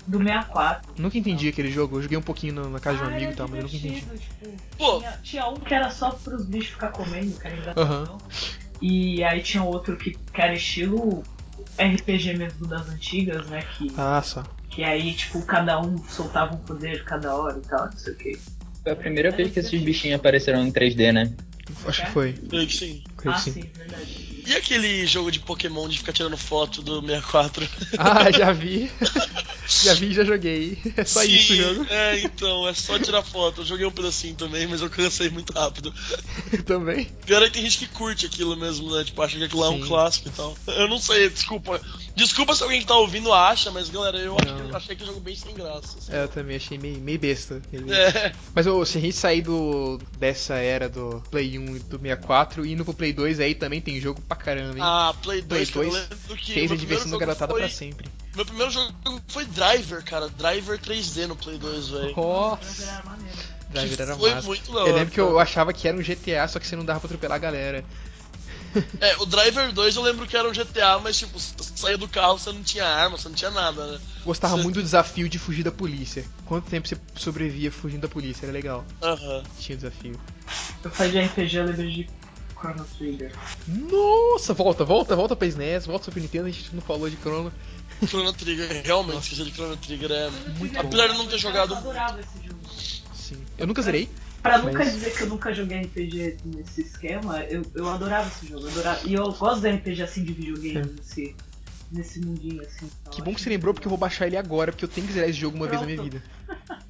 do 64. Nunca entendi aquele jogo, eu joguei um pouquinho na- na casa de um Ah, amigo era e tal, mas eu nunca entendi. divertido, tipo, Pô, tinha, tinha um que era só pros bichos ficar comendo, que era Aham. engraçadão. E aí tinha outro que, que era estilo RPG mesmo das antigas, né? Que, Ah, só. que aí, tipo, cada um soltava um poder cada hora e tal, não sei o que. Foi a primeira vez que esses bichinhos apareceram em 3D, né? Acho que foi. assim. eu que sim. Creio Ah, que sim. sim, verdade. E aquele jogo de Pokémon de ficar tirando foto do 64? Ah, já vi. já vi e já joguei. É só Sim, isso o jogo. É, então, é só tirar foto. Eu joguei um pedacinho também, mas eu cansei muito rápido. Também. Pior é que tem gente que curte aquilo mesmo, né? Tipo, acha que aquilo lá é um Sim. clássico e tal. Eu não sei, desculpa. Desculpa se alguém que tá ouvindo acha, mas galera, eu, acho que- Não. eu achei que o jogo bem sem graça. assim. É, eu também achei meio, meio besta. ele. É. Mas ô, se a gente sair do, dessa era do Play 1 e do 64 e indo pro Play 2, aí também tem jogo pra caramba, hein? Ah, Play 2, Play eu 2 lembro que Fez a meu primeiro diversão da jogo garotada foi, pra sempre. Meu primeiro jogo foi Driver, cara. Driver 3D no Play 2, velho. Nossa, Era maneiro, né? Driver era foi massa. muito da Eu hora, lembro que eu cara. achava que era um GTA, só que você não dava pra atropelar a galera. É, o Driver 2 eu lembro que era um GTA, mas tipo, você saía do carro, você não tinha arma, você não tinha nada, né? Gostava Você- muito do desafio de fugir da polícia. Quanto tempo você sobrevivia fugindo da polícia? Era legal. Aham. Tinha desafio. Eu fazia RPG, eu lembrei de Chrono Trigger. Nossa, volta, volta, volta pra SNES, volta pro Super Nintendo, a gente não falou de Chrono. Chrono Trigger, realmente, esse jogo de Chrono Trigger é. Muito bom. Apesar de não ter jogado. Eu adorava esse jogo. Sim. Eu nunca zerei. Pra nunca Mas- dizer que eu nunca joguei RPG nesse esquema, eu, eu adorava esse jogo. eu adorava- E eu gosto de RPG assim de videogame, nesse, nesse mundinho assim. então Que eu bom acho que você lembrou, porque eu vou baixar ele agora, porque eu tenho que zerar esse jogo uma vez na minha Pronto. vida.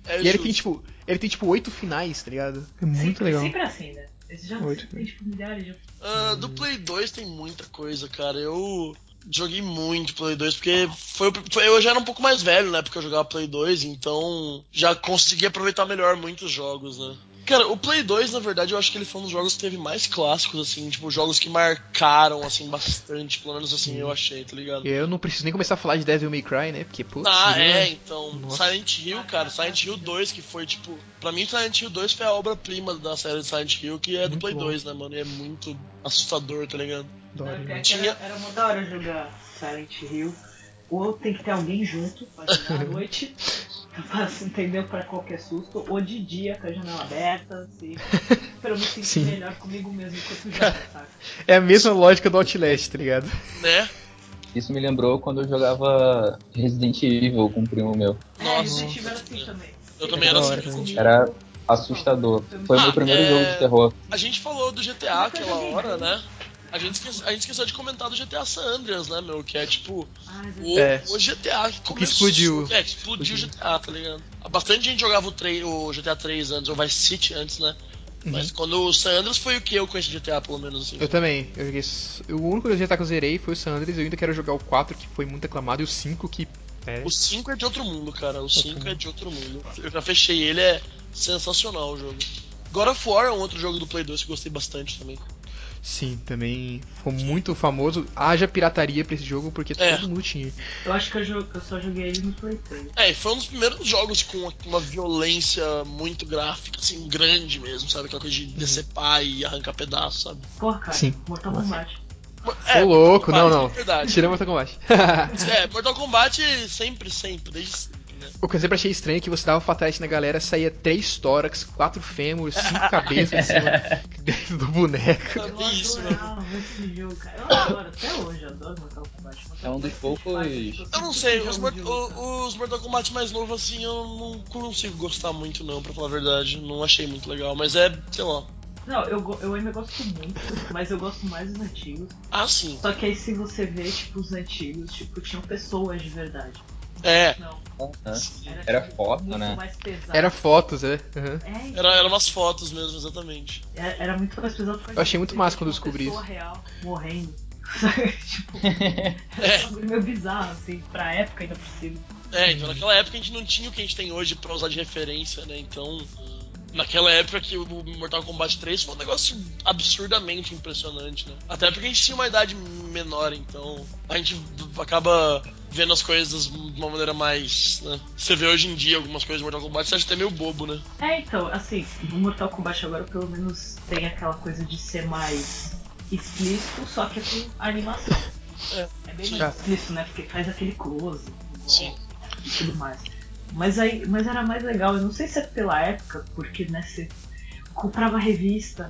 é E ele justo. tem, tipo, ele tem, tipo, oito finais, tá ligado? É muito sempre, legal. Sempre assim, né? Esse já Muito. tem tipo milhares de. Ah, do Play 2 tem muita coisa, cara. Eu joguei muito Play 2, porque foi, o- foi- eu já era um pouco mais velho, né? Porque eu jogava Play 2, então já consegui aproveitar melhor muitos jogos, né? Cara, o Play 2, na verdade, eu acho que ele foi um dos jogos que teve mais clássicos, assim, tipo, jogos que marcaram, assim, bastante, pelo menos assim, Uhum. eu achei, tá ligado? Eu não preciso nem começar a falar de Devil May Cry, né? Porque, putz, Ah, né? é, então. Nossa. Silent Hill, cara. Silent Hill 2, que foi tipo. Pra mim, Silent Hill 2 foi a obra-prima da série de Silent Hill, que é do Muito Play bom. 2, né, mano? E é muito assustador, tá ligado? Adoro, Era- né? Era, era uma da hora jogar Silent Hill. Ou tem que ter alguém junto pra jogar à noite. pra se entender pra qualquer susto. Ou de dia com a janela aberta, assim. Pra eu me sentir Sim. melhor comigo mesmo enquanto eu jogo, saca? É a mesma lógica do Outlast, tá ligado? Né? Isso me lembrou quando eu jogava Resident Evil com um primo meu. É, Nossa. Resident Evil era assim também. Eu também era Da assim. hora, cara. gente. Era assustador. Foi o Ah, meu primeiro é- jogo de terror. A gente falou do Nunca GTA aquela joguei, hora, né? né? A gente, esqueceu, a gente esqueceu de comentar do GTA San Andreas, né, meu? Que é tipo. O, É. o GTA que começou, explodiu. É, que explodiu o GTA, tá ligado? Bastante gente jogava o, tre- o GTA 3 antes, ou Vice City antes, né? Mas quando o San Andreas foi o que eu conheci de GTA, pelo menos assim. Uhum. Eu também. Eu joguei. s- O único GTA que eu zerei foi o San Andreas. Eu ainda quero jogar o 4, que foi muito aclamado, e o 5, que. É, O 5 é de outro mundo, cara. O 5 é de outro mundo. Eu já fechei ele, é sensacional o jogo. God of War é um outro jogo do Play 2 que eu gostei bastante também. sim, também foi muito famoso. Haja pirataria pra esse jogo, porque É. todo mundo tinha. Eu acho que eu, jo- eu só joguei ele no Play 3. É, e foi um dos primeiros jogos com uma violência muito gráfica, assim, grande mesmo, sabe? Aquela coisa Uhum. de decepar e arrancar pedaço, sabe? Porra, cara, Sim. Mortal Kombat. É, Ô louco, não, Mortal não. Tipo- Kombat, Verdade. Tira Mortal Kombat. É, Mortal Kombat sempre, sempre, desde sempre, né? O que eu sempre achei estranho é que você dava fatality na galera, saía três tórax, quatro fêmures, cinco cabeças em cima dentro do boneco. Eu um É isso, mano. adorava esse jogo, cara. Eu adoro, até hoje, eu adoro Mortal Kombat. Mortal É um dos Kombat poucos- Street Fighter, tipo, Eu não sei, os, jogo Mor- de luta. o- os Mortal Kombat mais novos, assim, eu não consigo gostar muito, não, pra falar a verdade. Não achei muito legal, mas é, sei lá. Não, eu, go- eu ainda gosto muito, mas eu gosto mais dos antigos. Ah, sim. Só que aí se você vê, tipo, os antigos, tipo, tinham pessoas de verdade. É. Não, era, Era tipo, foto, muito né? mais pesado. Era fotos, é. Aham. É, então, Era, era umas fotos mesmo, exatamente. era- era muito mais pesado. porque Eu achei muito você massa vê, quando tipo, eu descobri uma pessoa real morrendo. Sabe? tipo, era um bagulho meio bizarro, assim, pra época ainda por cima. É, então naquela época a gente não tinha o que a gente tem hoje pra usar de referência, né? Então, naquela época que o Mortal Kombat 3 foi um negócio absurdamente impressionante, né? Até porque a gente tinha uma idade menor, então a gente v- acaba vendo as coisas de uma maneira mais, né? Você vê hoje em dia algumas coisas do Mortal Kombat, você acha até meio bobo, né? É, então, assim, o Mortal Kombat agora pelo menos tem aquela coisa de ser mais explícito, só que com animação. É, bem mais Sim. explícito, né? Porque faz aquele close, igual, Sim. e tudo mais. Mas, aí, mas era mais legal, eu não sei se é pela época, porque né, você comprava revista,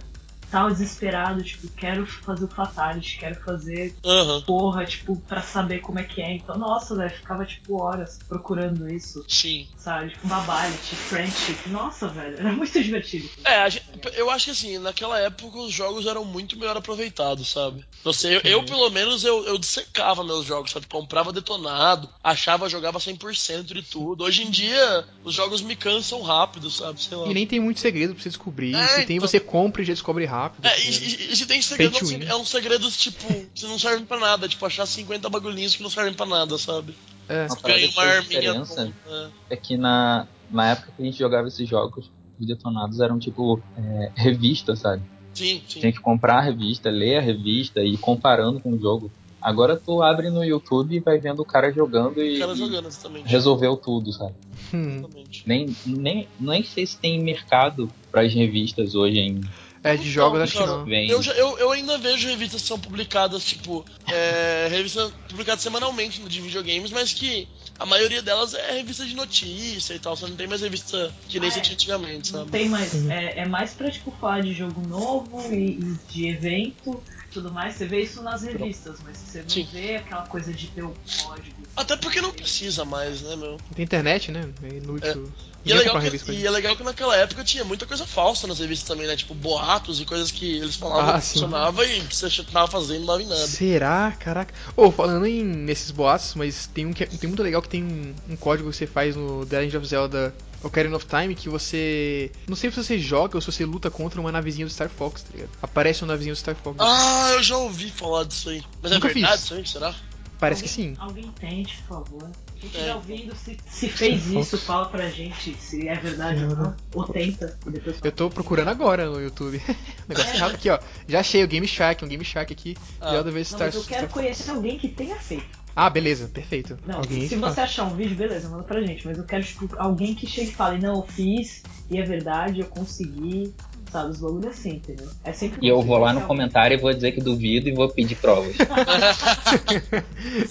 tava desesperado, tipo, quero fazer o Fatality, quero fazer Aham. porra, tipo, pra saber como é que é. Então, nossa, velho, ficava tipo horas procurando isso Sim. sabe? Tipo, Babalit, Friendship. Nossa, velho, era muito divertido. É, a gente- eu acho que assim, naquela época os jogos eram muito melhor aproveitados, sabe? Você, eu, Uhum. eu, pelo menos, eu, eu dissecava meus jogos, sabe? Comprava detonado, achava, jogava 100% de tudo. Hoje em dia, os jogos me cansam rápido, sabe? Sei lá. E nem tem muito segredo pra você descobrir. É, Se tem, então. você compra e já descobre rápido. É, assim, e, né? e- e se tem segredo, Pay to é um win. né? se- é um segredo, tipo, que não servem pra nada. Tipo, achar 50 bagulhinhos que não servem pra nada, sabe? É. Uma parada Ganha que uma fez arminha. diferença né? é que na, na época que a gente jogava esses jogos, os detonados eram tipo é, revista, sabe? Sim, sim. Tinha que comprar a revista, ler a revista e ir comparando com o jogo. Agora tu abre no YouTube e vai vendo o cara jogando e, O cara e jogando, exatamente. resolveu tudo, sabe? Hum. Exatamente. Nem, nem, nem sei se tem mercado para as revistas hoje em É, de jogos acho que não. vem. Ah. Eu, já- eu, eu ainda vejo revistas que são publicadas, tipo, é, revista publicada semanalmente de videogames, mas que a maioria delas é revista de notícia e tal. Você não tem mais revista que nem Ah, você é. tinha antigamente, Não sabe? tem mais. É, é mais pra tipo falar de jogo novo e, e de evento tudo mais. Você vê isso nas revistas, mas você não Sim. vê aquela coisa de ter um código. Até porque não precisa mais, né, meu? Tem internet, né? É inútil. E Ninguém compra é, legal uma revista que, pra e gente. é legal que naquela época tinha muita coisa falsa nas revistas também, né? Tipo, boatos e coisas que eles falavam Ah, que sim. funcionava e que você tava fazendo não dava em nada. Será? Caraca. Ô, falando em, nesses boatos, mas tem um que é- tem muito legal que tem um, um código que você faz no The Legend of Zelda Ocarina of Time que você. Não sei se você joga ou se você luta contra uma navezinha do Star Fox, tá ligado? Aparece uma navezinha do Star Fox. Ah, eu já ouvi falar disso aí. Mas Nunca é verdade fiz. isso aí, será? Parece que Alguém- sim. Alguém tente, por favor. Quem É. estiver ouvindo, se, se fez isso, fala pra gente se é verdade ou não. Ou tenta, e depois Uhum. Eu tô procurando agora no YouTube. Negócio errado aqui, ó. Já achei o Game Shark, um Game Shark aqui. Ah. Zelda vs Não, Star, mas eu quero Star Fox. conhecer alguém que tenha feito. Ah, beleza, perfeito. Não, Alguém se que você achar um vídeo, beleza, manda pra gente. Mas eu quero, tipo, alguém que chegue e fale, não, eu fiz, e é verdade, eu consegui, sabe? Os bagulhos assim, entendeu? É sempre bom E eu você vou lá conhecer no alguém. comentário e vou dizer que duvido e vou pedir provas.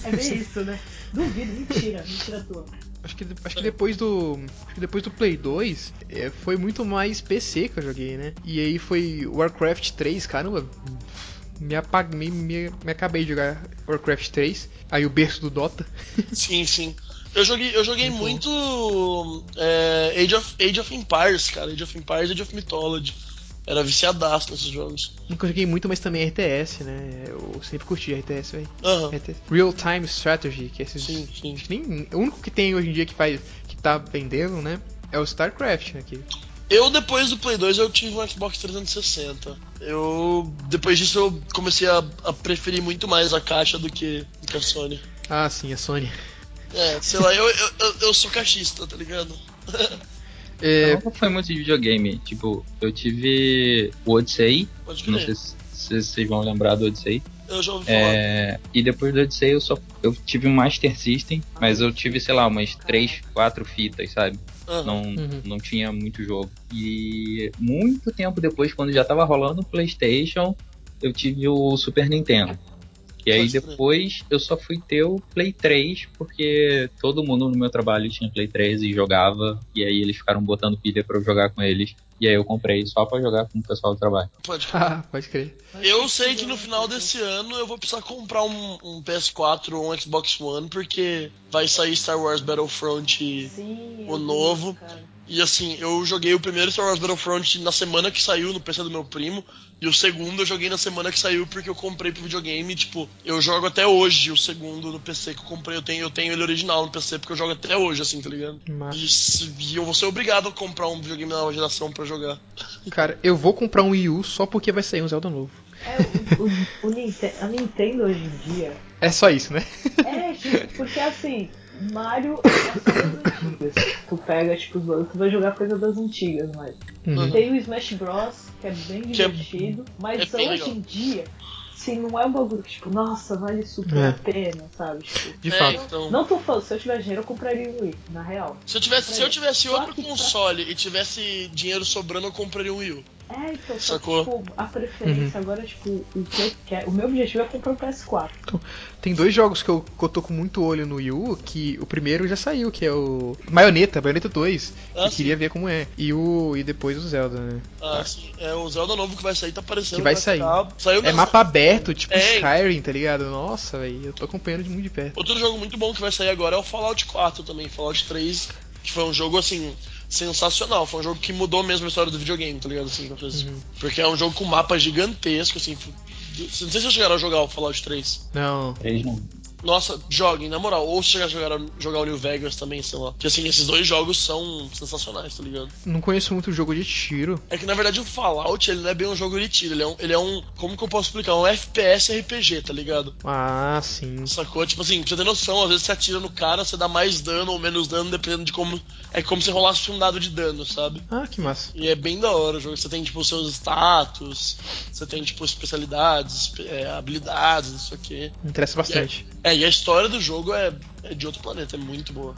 É bem isso, né? Duvido, mentira, mentira tua. Acho que, acho que depois do. Acho que depois do Play 2 é, foi muito mais PC que eu joguei, né? E aí foi Warcraft 3, caramba. Me apaguei, me, me, me acabei de jogar Warcraft 3. Aí o berço do Dota. Sim, sim. Eu joguei, eu joguei muito é, Age, of, Age of Empires, cara. Age of Empires e Age of Mythology. Era viciadaço nesses jogos. Nunca joguei muito, mas também RTS, né? Eu sempre curti RTS, velho. Aham. Real Time Strategy, que é esses. Sim, sim. acho que nem- o único que tem hoje em dia que faz. que tá vendendo, né? É o StarCraft, né? Que Eu, depois do Play 2, eu tive um Xbox 360. Eu, depois disso, eu comecei a, a preferir muito mais a caixa do que, do que a Sony. Ah, sim, a Sony. É, sei lá, eu, eu, eu, eu sou caixista, tá ligado? É, Nunca foi muito de videogame. Tipo, eu tive o Odyssey, Pode não crer. sei se se vocês vão lembrar do Odyssey. Eu já ouvi falar. É, e depois do Odyssey eu só eu tive um Master System, mas eu tive, sei lá, umas três, quatro fitas, sabe? Aham. Não, Uhum. não tinha muito jogo. E muito tempo depois, quando já tava rolando o PlayStation, eu tive o Super Nintendo. E aí Pode crer. depois eu só fui ter o Play 3, porque todo mundo no meu trabalho tinha Play 3 e jogava, e aí eles ficaram botando pilha pra eu jogar com eles. E aí eu comprei só pra jogar com o pessoal do trabalho. Pode crer. ah, pode crer. Eu sei que no final desse ano eu vou precisar comprar um, um PS4 ou um Xbox One, porque vai sair Star Wars Battlefront Sim, O eu vi, novo. cara. E assim, eu joguei o primeiro Star Wars Battlefront na semana que saiu no PC do meu primo. E o segundo eu joguei na semana que saiu porque eu comprei pro videogame. Tipo, eu jogo até hoje o segundo no PC que eu comprei. Eu tenho, eu tenho ele original no PC porque eu jogo até hoje, assim, tá ligado? Mas, E, se- e eu vou ser obrigado a comprar um videogame da nova geração pra jogar. cara, eu vou comprar um Wii U só porque vai sair um Zelda novo. É, o, o- o Ninte- a Nintendo hoje em dia É só isso, né? É, tipo, porque assim, Mario é das antigas. Tu pega, tipo, tu vai jogar coisa das antigas, mas. Uhum. Tem o Smash Bros, que é bem Que é- divertido, é mas bem hoje legal. em dia, se não é um bagulho que, tipo, nossa, vale super É. a pena, sabe? Tipo, De É, fato. então. não tô falando, se eu tiver dinheiro, eu compraria o Wii, na real. Se eu tivesse, se eu tivesse Só outro que tá- pra- console e tivesse dinheiro sobrando, eu compraria um Wii U. É, então, só que, Sacou? tipo, a Uhum. preferência agora, tipo, o que eu quero. O meu objetivo é comprar um PS4. Tem dois jogos que eu, que eu tô com muito olho no Wii U, que o primeiro já saiu, que é o Maioneta, Maioneta 2, que Ah, sim. queria ver como é. E o e depois o Zelda, né? Ah, sim. É o Zelda novo que vai sair, tá aparecendo. Que vai sair. ficar- Saiu É nessa- mapa aberto, tipo É. Skyrim, tá ligado? Nossa, velho, eu tô acompanhando de muito de perto. Outro jogo muito bom que vai sair agora é o Fallout 4 também, Fallout 3, que foi um jogo assim sensacional, foi um jogo que mudou mesmo a história do videogame, tá ligado assim, com coisas. Uhum. porque é um jogo com mapa gigantesco assim. f- Não sei se vocês chegaram a jogar o Fallout 3. Não. Três não. Nossa, joguem, na moral. Ou se chegaram a jogar, jogar o New Vegas também, sei lá. Porque assim, esses dois jogos são sensacionais, tá ligado? Não conheço muito jogo de tiro. É que na verdade o Fallout, ele não é bem um jogo de tiro, ele é um. Ele é um como que eu posso explicar? Um FPS RPG, tá ligado? Ah, sim. Sacou? Tipo assim, pra você ter noção, às vezes você atira no cara, você dá mais dano ou menos dano, dependendo de como. É como se rolasse um dado de dano, sabe? Ah, que massa. E é bem da hora o jogo. Você tem, tipo, seus status, você tem, tipo, especialidades, espe- é, habilidades, não sei o quê. Me interessa bastante. É, e a história do jogo é, é de outro planeta, é muito boa.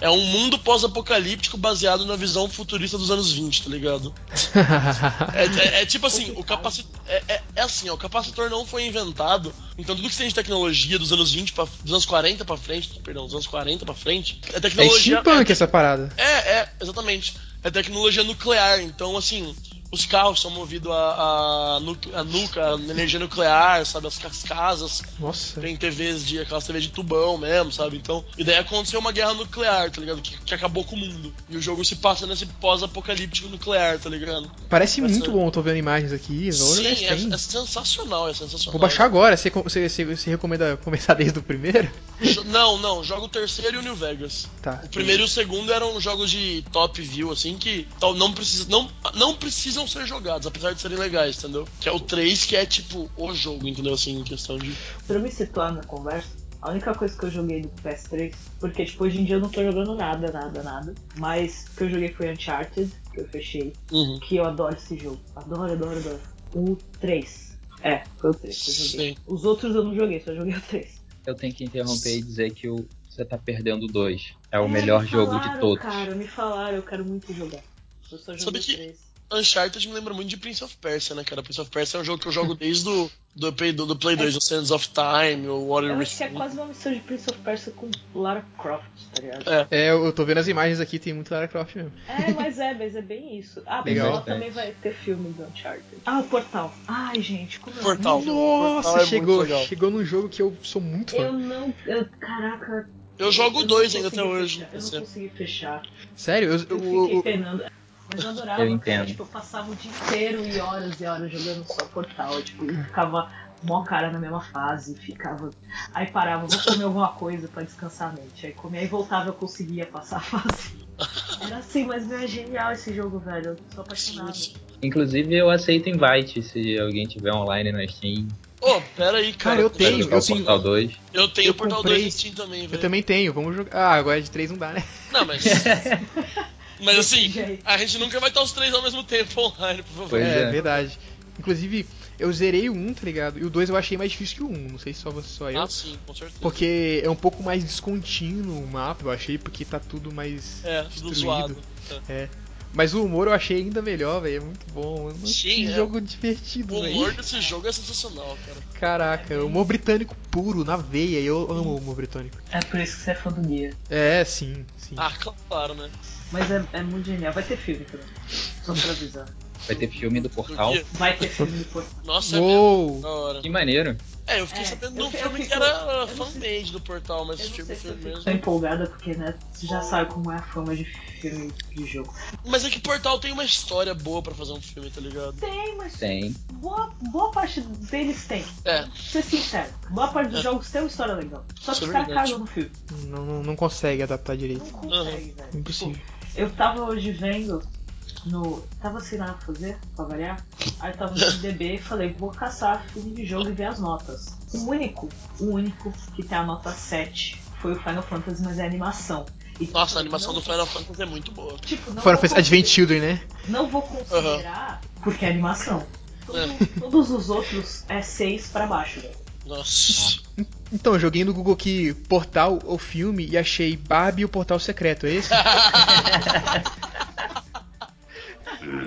É um mundo pós-apocalíptico baseado na visão futurista dos anos 20, tá ligado? É, é- é tipo assim, o capacitor. É, é- é assim, ó, o capacitor não foi inventado. Então tudo que você tem de tecnologia dos anos 20 pra, dos anos 40 pra frente, perdão, dos anos 40 pra frente, é é tecnologia. steampunk essa parada. é, é, exatamente. É tecnologia nuclear. Então, assim, os carros são movidos a, a, nu, a nuca, a energia nuclear, sabe? As, ca- as casas Nossa. tem TVs de aquelas TVs de tubão mesmo, sabe? Então, e daí aconteceu uma guerra nuclear, tá ligado? Que, que acabou com o mundo. E o jogo se passa nesse pós-apocalíptico nuclear, tá ligado? Parece essa- muito bom, tô vendo imagens aqui. Vou, olhar Sim, isso é, aí. é sensacional, é sensacional. né? Vou baixar agora. Você, você, você, você recomenda começar desde o primeiro? Jo- Não, não, joga o terceiro e o New Vegas. Tá. O primeiro e o segundo eram jogos de top view, assim, que tal, não, precisa, não, não precisam ser jogados, apesar de serem legais, entendeu? Que é o 3, que é tipo o jogo, entendeu? Assim, em questão de. Pra eu me situar na conversa, a única coisa que eu joguei do PS3, porque tipo, hoje em dia eu não tô jogando nada, nada, nada, mas o que eu joguei foi Uncharted, que eu fechei, Uhum. que eu adoro esse jogo. Adoro, adoro, adoro. O 3. É, foi o 3 que eu joguei. Sim. Os outros eu não joguei, só joguei o 3. Eu tenho que interromper e dizer que o- você tá perdendo dois. É o É, melhor me jogo de falaram, todos. Cara, me falaram, eu quero muito jogar. Eu só Sabe joguei o que- 3. Uncharted me lembra muito de Prince of Persia, né, cara? Prince of Persia é um jogo que eu jogo desde o do, Play- do, do Play 2, o Sands of Time, o Water Eu acho que é Receipt. quase uma mistura de Prince of Persia com Lara Croft, tá ligado? É, eu tô vendo as imagens aqui, tem muito Lara Croft mesmo. É, mas é, mas é bem isso. Ah, mas Legal. ela também vai ter filme do Uncharted. Ah, o Portal. Ai, gente, como eu- Portal. Nossa, Portal é muito chegou. legal. chegou num jogo que eu sou muito fã. Eu não. Eu, caraca. Eu jogo o não 2 ainda até consegui hoje. fechar, Eu não consegui fechar. Sério, eu, Eu eu- fiquei eu- penando. Mas eu adorava, Eu cara, entendo. Tipo, eu passava o dia inteiro e horas e horas jogando só Portal. Eu, tipo, eu ficava mó cara na mesma fase, ficava. Aí parava, vou comer alguma coisa pra descansar a mente. Aí comia e voltava, eu conseguia passar a fase. Era assim, mas meu, é genial esse jogo, velho. Eu sou apaixonada. Inclusive, eu aceito invite se alguém tiver online na Steam. Ô, pera aí, cara. Cara, eu pra tenho, jogar eu o tenho. Portal 2. Eu tenho Eu o Portal comprei. 2 no Steam também, eu velho. também tenho, vamos jogar. Ah, agora de 3 não dá, né? Não, mas. mas assim, a gente nunca vai estar os três ao mesmo tempo online, por favor. Pois é, é. verdade. Inclusive, eu zerei o 1, tá ligado? E o 2 eu achei mais difícil que o 1, não sei se só você só eu. Ah, sim, com certeza. Porque é um pouco mais descontínuo o mapa, eu achei, porque tá tudo mais É, tudo zoado. destruído. Mas o humor eu achei ainda melhor, velho. É muito bom, mano. Sim, que é. jogo O divertido, humor velho. desse jogo é sensacional, cara. Caraca, humor britânico puro, na veia. e Eu amo o humor britânico. É por isso que você é fã do Guia. É, sim, sim. Ah, claro, né? Mas é, é muito genial. Vai ter filme também. Só pra avisar. Vai ter filme do Do Portal. Guia. Vai ter filme depois. Nossa, é mesmo. Uou! Da hora. Que maneiro. É, eu fiquei É, sabendo eu do fi- eu filme fico- que era eu não sei fanpage do portal, mas Eu não assisti o sei se eu tipo filme fico mesmo. tão empolgada, porque, né, você já sabe como é a fama de filme de jogo. Mas é que portal tem uma história boa pra fazer um filme, tá ligado? Tem, mas Tem. boa, boa parte deles tem. É. Pra ser sincero, boa parte dos jogos tem uma história legal. Só que Isso é os caras verdade. cagam no filme. Não, não, não consegue adaptar Não direito. consegue, velho. Impossível. Eu tava hoje vendo no. Tava sem nada pra fazer, pra variar. Aí eu tava no MDB e falei, vou caçar filme de jogo e ver as notas. O único, o único que tem a nota 7 foi o Final Fantasy, mas é animação. E, Nossa, tipo, a animação não- do Final Fantasy é muito boa. Tipo, não Final vou Fantasy Advent considerar- Children, né? Não vou considerar porque é animação. Todo- É. Todos os outros é 6 pra baixo, velho. Nossa. Então, eu joguei no Google aqui Portal ou filme e achei Barbie e o Portal Secreto, é esse?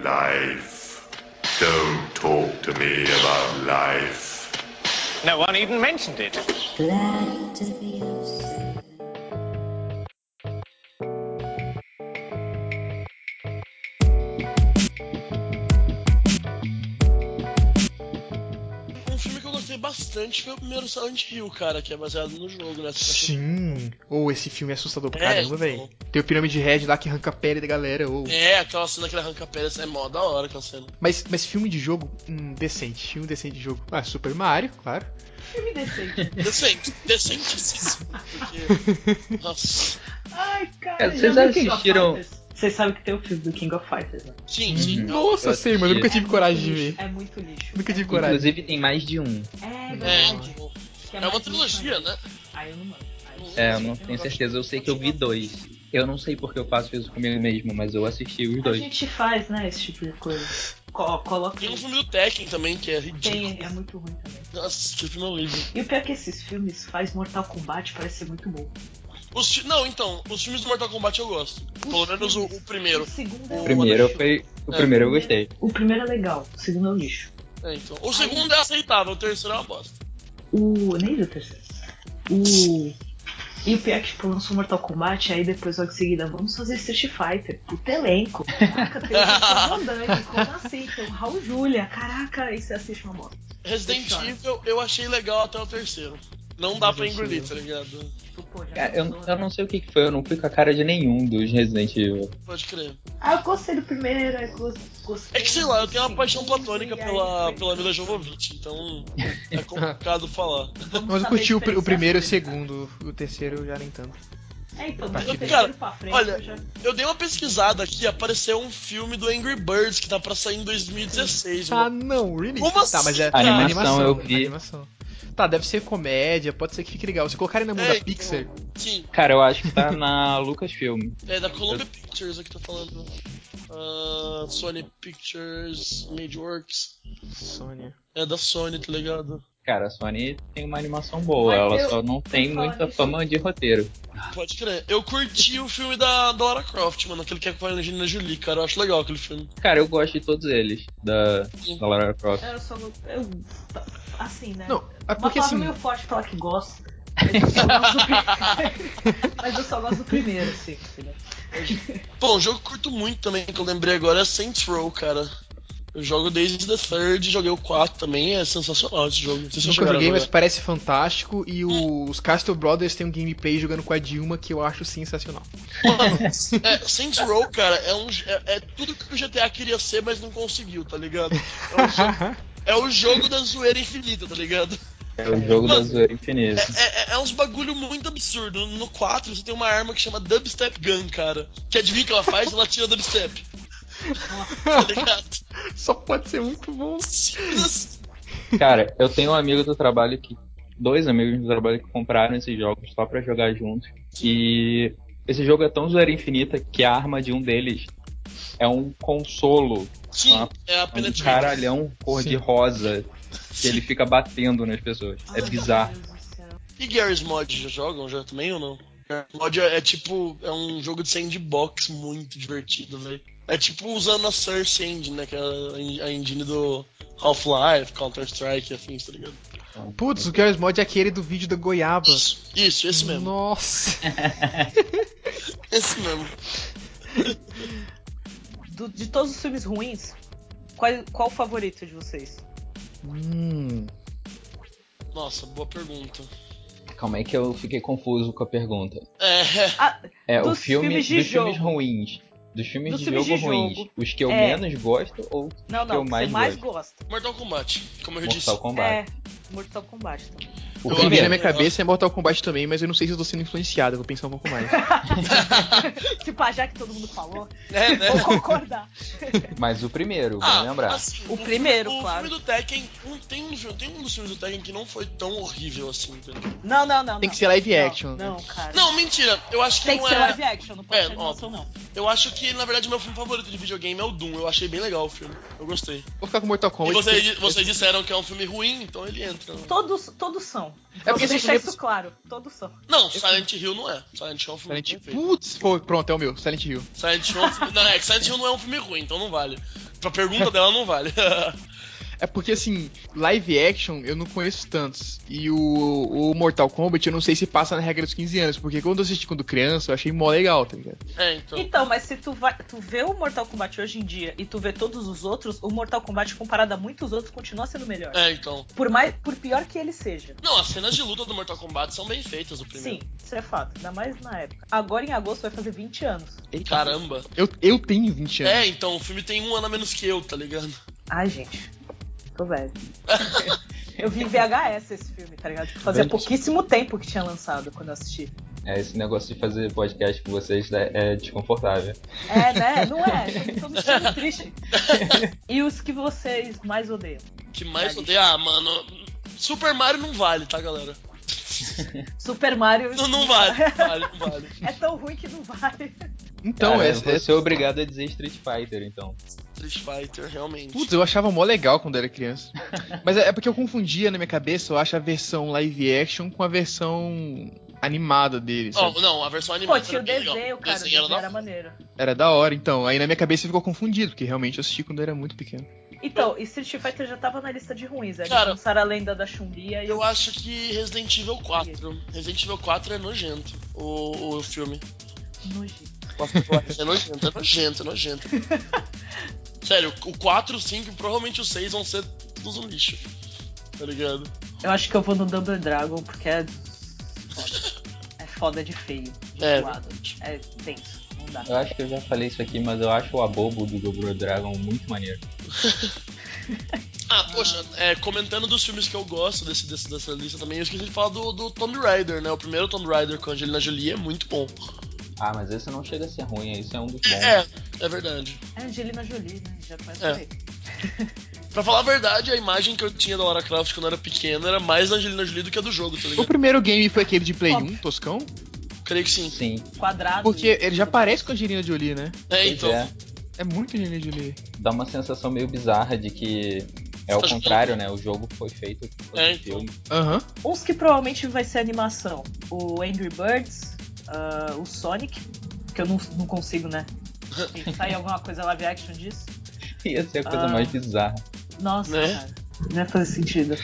Life. Don't talk to me about life. No one even mentioned it. Glad to be of service. Um filme que eu gostei bastante foi o primeiro Silent Hill, cara, que é baseado no jogo, né? Sim. Ou esse filme é assustador pra É, caramba, velho. então. Tem o Pirâmide Red lá que arranca a pele da galera. Ou... É, aquela cena que ele arranca a pele, essa é mó da hora aquela cena. Mas, mas filme de jogo, hum, decente. Filme decente de jogo. Ah, Super Mario, claro. Filme decente. Decente, decentíssimo. Porque. Nossa. Ai, cara. É, já vocês viu assistiram- King of Fighters? Vocês sabem que tem o filme do King of Fighters, né? Uhum. Sim, sim. Nossa, eu sei, mas eu nunca assisti. tive É coragem de muito lixo, ver. É muito lixo. Nunca tive coragem. Inclusive tem mais de um. É É, verdade. Que é uma mais trilogia, lixo né? ainda. Aí eu não mando. Aí eu- É, eu não um tenho certeza, eu sei que eu vi dois. Eu não sei porque eu faço isso comigo mesmo, mas eu assisti os A dois. gente faz, né, esse tipo de coisa. Co coloca. Tem um filme do Tekken também, que é ridículo. Tem, é muito ruim também. Nossa, que filme horrível. E o pior é que esses filmes faz Mortal Kombat parece ser muito bom. Os fi- Não, então, os filmes do Mortal Kombat eu gosto. Pelo menos o, o primeiro. O segundo é O O o primeiro lixo. foi. O É. primeiro eu gostei. O primeiro é legal, o segundo é o lixo. É, então. O segundo é aceitável, o terceiro é uma bosta. O. Nem vi o terceiro. O. E o pior é que, tipo, lançou Mortal Kombat, aí depois logo em seguida, vamos fazer Street Fighter. Puta elenco. Caraca, tem o Jean-Paul Van Damme, como assim? Tem o Raul Julia, caraca, e você assiste uma moto. Resident Fechado. Evil eu achei legal até o terceiro. Não dá pra Resident engolir, Evil. tá ligado? Tipo, pô, já Cara, É, eu, lançou, eu né? não sei o que, que foi, eu não fui com a cara de nenhum dos Resident Evil. Pode crer. Ah, eu gostei do primeiro, eu gos- É gostei. que sei lá, eu tenho uma do paixão segundo, platônica e aí pela, foi- pela Mila Jovovich, então é complicado falar. Vamos Mas eu saber curti o, pr- o diferenciar primeiro e o as coisas. segundo. O terceiro eu já nem tanto. É, então, do Cara, terceiro pra frente, olha, eu já... Eu dei uma pesquisada aqui, apareceu um filme do Angry Birds que tá pra sair em 2016, Ah, mano. não, really? Como Tá, mas é assim, cara? Animação, eu vi. Animação. Tá, deve ser comédia, pode ser que fique legal. Se colocarem na mão É, da Pixar, Sim, Cara, eu acho que tá na Lucasfilm. assim. é da Columbia Pictures aqui tá falando. Ah, Sony Pictures, Mageworks. Sônia. É da Sony, tá ligado? Cara, a Sony tem uma animação boa, Mas ela eu- só não tem falar muita nisso- fama de roteiro. Pode crer. Eu curti o filme da, da Lara Croft, mano. Aquele que é com a Angelina Jolie, cara. Eu acho legal aquele filme. Cara, eu gosto de todos eles, da, da Lara Croft. Eu só não. Eu, assim, né? Não, é Uma porque palavra assim. meio forte falar que gosta. mas eu só gosto do primeiro. Mas eu só gosto do primeiro, assim. entendeu? Bom, um jogo que eu curto muito também, que eu lembrei agora, é Saints Row, cara. Eu jogo desde The Third, joguei o 4 também, é sensacional esse jogo. Não sei se Nunca chegaram a joguei, mas jogar. parece fantástico. E o- os Castle Brothers tem um gameplay jogando com a Dilma que eu acho sensacional. Mano, é, Saints Row, cara, é, um, é, é tudo que o GTA queria ser, mas não conseguiu, tá ligado? É o jogo, é o jogo da zoeira infinita, tá ligado? É o jogo da Mano, zoeira infinita. É, é- é uns bagulho muito absurdo. No 4 você tem uma arma que chama Dubstep Gun, cara. Que adivinha o que ela faz? Ela tira dubstep. tá ligado? Só pode ser muito bom. Simples assim. Cara, eu tenho um amigo do trabalho que. Dois amigos do trabalho que compraram esses jogos só pra jogar juntos. E esse jogo é tão zoeira infinita que a arma de um deles é um consolo. Sim, Ah, é a É Um penetrator. caralhão cor de rosa que ele fica batendo nas pessoas. Ai, É bizarro. meu Deus do céu. E Garry's Mod já jogam já também ou não? Garry's Mod é, é tipo. É um jogo de sandbox muito divertido, velho. É tipo usando a Source Engine, né? Que é a en- a engine do Half-Life, Counter-Strike, afins, tá ligado? Putz, o Girls Mod é aquele do vídeo da goiaba. Isso, isso, esse mesmo. É. Nossa. Esse mesmo. Do- de todos os filmes ruins, qual, qual o favorito de vocês? Hum. Nossa, boa pergunta. Calma aí que eu fiquei confuso com a pergunta. É, Ah, É, o Dos filme filmes de dos filmes jogo. ruins. Dos filmes Dos de filmes jogo de ruins. jogo. Os que eu É. menos gosto ou não, que eu não, que mais você mais gosto. gosta. Mortal Kombat, como eu Mortal disse. Kombat? É, Mortal Kombat também. O O que Eu vem primeiro. na minha cabeça é Mortal Kombat também, mas eu não sei se eu tô sendo influenciado, eu vou pensar um pouco mais. Tipo, ah, já que todo mundo falou, É, né? vou concordar. Mas o primeiro, Ah, bem lembrar. assim, O primeiro, o claro. filme do Tekken, um- tem, um, filme- tem um dos filmes do Tekken que não foi tão horrível assim, entendeu? Não, não, não. Tem não. que ser live Não, action, né? Não, cara. Não, mentira. Eu acho que Tem que não ser é. live action, não pode É, ser animação, não. Eu acho que, na verdade, meu filme favorito de videogame é o Doom. Eu achei bem legal o filme. Eu gostei. Vou ficar com Mortal E Kombat. vocês, porque- vocês disseram é que é um filme ruim, então ele entra. Todos, todos É são. É porque porque esse deixar primeiro- isso claro, todos são. Não, Silent Hill não é. Silent Hill é um filme Silent perfeito. Putz, foi, pronto, é o meu, Silent Hill. Silent Hill é um filme... Não, é que Silent Hill não é um filme ruim, então não vale. Pra pergunta dela, não vale. É porque, assim, live action eu não conheço tantos. E o, o Mortal Kombat eu não sei se passa na regra dos 15 anos, porque quando eu assisti quando criança eu achei mó legal, tá ligado? é, então. Então, mas se tu, vai, tu vê o Mortal Kombat hoje em dia e tu vê todos os outros, o Mortal Kombat comparado a muitos outros continua sendo melhor. É, então. Por, mais, por pior que ele seja. Não, as cenas de luta do Mortal Kombat são bem feitas, o Sim, primeiro. isso é fato. Ainda mais na época. Agora em agosto vai fazer 20 anos. Eita, Caramba. Eu, eu tenho 20 anos. É, então, o filme tem um ano a menos que eu, tá ligado? Ai, gente. Tô velho. eu vi em VHS esse filme, tá ligado? Tipo, Fazia Velho. pouquíssimo tempo que tinha lançado quando eu assisti. É, esse negócio de fazer podcast com vocês né, é desconfortável. É, né? Não é? Tô me sentindo triste. E os que vocês mais odeiam? Que mais Vale. odeio. Ah, mano. Super Mario não vale, tá, galera? Super Mario. Não, não vale. Não vale, não vale. É tão ruim que não vale. Então, Cara, é, eu vou é- ser obrigado a dizer Street Fighter, então. Street Fighter, realmente. Putz, eu achava mó legal quando era criança. Mas é, é porque eu confundia na minha cabeça, eu acho, a versão live action com a versão animada dele. Ó, sabe? não, a versão Pô, animada. tinha o era bem legal. desenho, cara. O Desenho era desenho da era maneiro. Era da hora, então. Aí na minha cabeça ficou confundido, porque realmente eu assisti quando eu era muito pequeno. Então, e Street Fighter já tava na lista de ruins. Aí eles Cara, lançaram a lenda da Chumbia e eu. Eu acho que Resident Evil 4. Resident Evil 4 é nojento. O, o filme. Nojento. O Afterlife é nojento, é nojento, é nojento. Sério, o 4, o 5 e provavelmente o 6 vão ser todos um lixo. Tá ligado? Eu acho que eu vou no Double Dragon porque é. Foda. É foda de feio. De É. zoado. É tenso. Não dá. Eu acho que eu já falei isso aqui, mas eu acho o abobo do Double Dragon muito maneiro. Ah, poxa, é, comentando dos filmes que eu gosto desse, desse- dessa lista também, eu esqueci de falar do, do Tomb Raider, né? O primeiro Tomb Raider com a Angelina Jolie é muito bom. Ah, mas esse não chega a ser ruim, esse é um dos bons. É, é verdade. É Angelina Jolie, né? Já começa É. aí. Pra falar a verdade, a imagem que eu tinha da Lara Croft quando eu era pequena era mais da Angelina Jolie do que a do jogo, tá O ligado? primeiro game foi aquele de Play 1, Toscão? assim, Creio que sim. Sim, Quadrado. Porque e- ele já parece com a Angelina Jolie, né? É, pois então. é. É muito Angelina Jolie. Dá uma sensação meio bizarra de que é Tá o jogando. contrário, né? O jogo foi feito foi É, um filme. Aham. Uns que provavelmente vai ser animação. O Angry Birds, ah, o Sonic, que eu não, não consigo, né? Sair alguma coisa live action disso. Ia ser a coisa Ah. mais bizarra. Nossa, Né? cara. Não ia fazer sentido.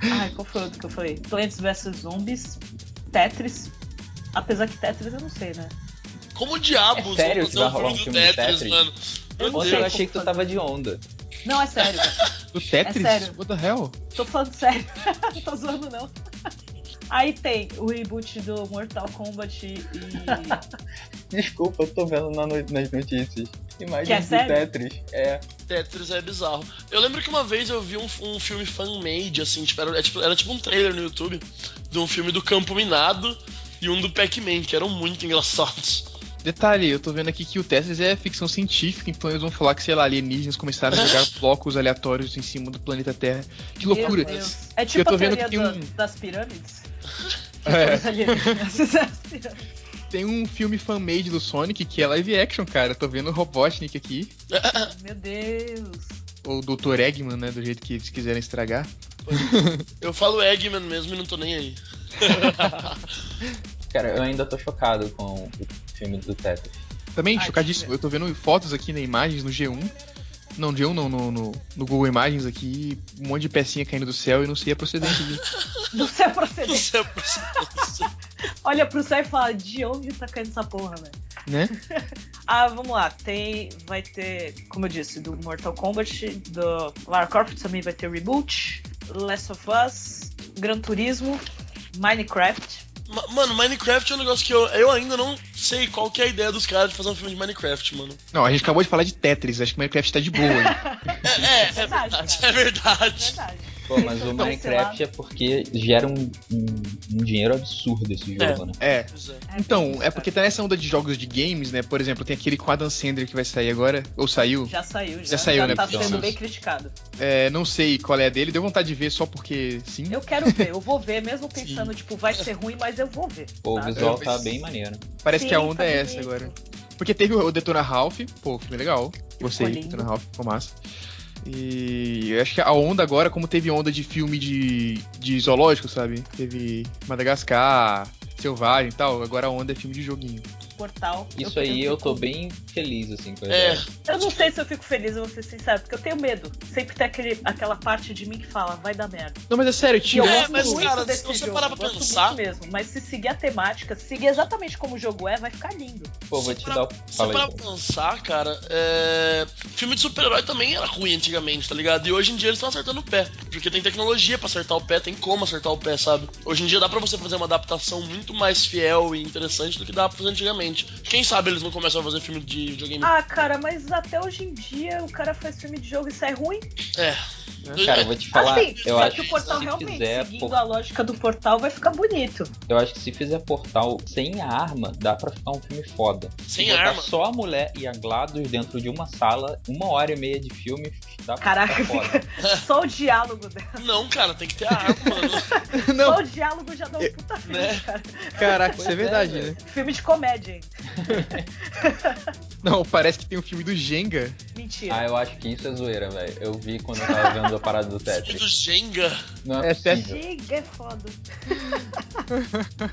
Ai, qual foi o outro que eu falei? Plants vs Zombies, Tetris. Apesar que Tetris eu não sei, né? Como diabos É sério vão que vai rolar um do filme do Tetris? mano? Eu não Ontem sei eu como achei que tu fazer. tava de onda. Não, é sério. Do Tetris? É sério. What the hell? Tô falando sério. não tô zoando, não. Aí tem o reboot do Mortal Kombat e. Desculpa, eu tô vendo na noite, nas notícias. Que é Imagens do sério? Tetris. É. Tetris é bizarro. Eu lembro que uma vez eu vi um, um filme fan-made, assim, tipo, era, é tipo- era tipo um trailer no YouTube de um filme do Campo Minado e um do Pac-Man, que eram muito engraçados. Detalhe, eu tô vendo aqui que o Tetris é ficção científica, então eles vão falar que, sei lá, alienígenas começaram a jogar blocos aleatórios em cima do planeta Terra. Que loucura. Meu Deus. É tipo Eu tô a vendo teoria que da- tem um- das pirâmides. É. Os alienígenas das pirâmides. Tem um filme fan-made do Sonic que é live action, cara. Tô vendo o Robotnik aqui. Meu Deus. Ou do Dr. Eggman, né? Do jeito que eles quiserem estragar. Eu falo Eggman mesmo e não tô nem aí. Cara, eu ainda tô chocado com o filme do Tetris. Também, Ai, chocadíssimo. Eu tô vendo fotos aqui na imagens, no G1. Não, no G1 não, no, no, no Google Imagens aqui. Um monte de pecinha caindo do céu e não sei a procedência disso. Não sei a procedência. Isso é possível. Olha pro céu e fala, de onde tá caindo essa porra, velho? né? Ah, vamos lá. Tem. Vai ter, como eu disse, do Mortal Kombat, do Lara Croft também vai ter reboot. Last of Us, Gran Turismo, Minecraft. Ma- Mano, Minecraft é um negócio que eu, eu ainda não sei qual que é a ideia dos caras de fazer um filme de Minecraft, mano. Não, a gente acabou de falar de Tetris, acho que Minecraft tá de boa. hein? É, é, é Verdade, verdade, cara. é verdade. Verdade. Pô, mas o Então, Minecraft é porque gera um, um- um dinheiro absurdo esse jogo, né? É. Pois é. Então, é porque tá nessa onda de jogos de games, né? Por exemplo, tem aquele com Adam Sandler que vai sair agora, ou saiu. Já saiu, já. Já saiu, né, tá pelo sendo menos. bem criticado. É, não sei qual é a dele, deu vontade de ver só porque sim. Eu quero ver, eu vou ver, mesmo pensando, tipo, vai ser ruim, mas Ah, eu vou ver. Pô, o sabe? visual Eu tá fiz- bem maneiro. Parece Sim, que a onda é tá essa bonito. agora. Porque teve o Detona Ralph, pô, filme legal. Gostei do lindo. Detona Ralph, ficou massa. E eu acho que a onda agora, como teve onda de filme de, de zoológico, sabe? Teve Madagascar, Selvagem e tal, agora a onda é filme de joguinho. Portal. Isso aí eu tô fico- bem feliz, assim, com a É, ideia. Eu não sei se eu fico feliz, eu vou ser sincero, porque eu tenho medo. Sempre tem aquele, aquela parte de mim que fala, vai dar merda. Não, mas é sério, E tinha eu É, gosto mas, muito cara, desse se você jogo, parar pra eu gosto pensar- muito mesmo, mas se seguir a temática, seguir exatamente como o jogo é, vai ficar lindo. Pô, vou te pra- dar o. Se Fala pra aí. pensar, cara, é... filme de super-herói também era ruim antigamente, tá ligado? E hoje em dia eles estão acertando o pé. Porque tem tecnologia pra acertar o pé, tem como acertar o pé, sabe? Hoje em dia dá pra você fazer uma adaptação muito mais fiel e interessante do que dá pra fazer antigamente. Quem sabe eles não começam a fazer filme de videogame. Ah, cara, mas até hoje em dia o cara faz filme de jogo e sai ruim. É. Ah, Cara, eu vou te falar, assim, eu só acho que o que portal se realmente, fizer, seguindo por- a lógica do portal, vai ficar bonito. eu acho que se fizer portal sem a arma, dá pra ficar um filme foda. Sem Se botar arma? Só a mulher e a GLaDOS dentro de uma sala, uma hora e meia de filme, dá pra Caraca, ficar foda. fica- só o diálogo dela. Não, cara, tem que ter a arma, mano. Não. Só o diálogo já dá um puta filme, né? cara. Caraca, isso é Pois é, verdade, velho. né? Filme de comédia, hein? Não, parece que tem um filme do Jenga. Mentira. Ah, eu acho que isso é zoeira, velho. Eu vi quando eu tava vendo a parada do Filme do Tetris. Jenga. Não é, É possível. Giga é foda.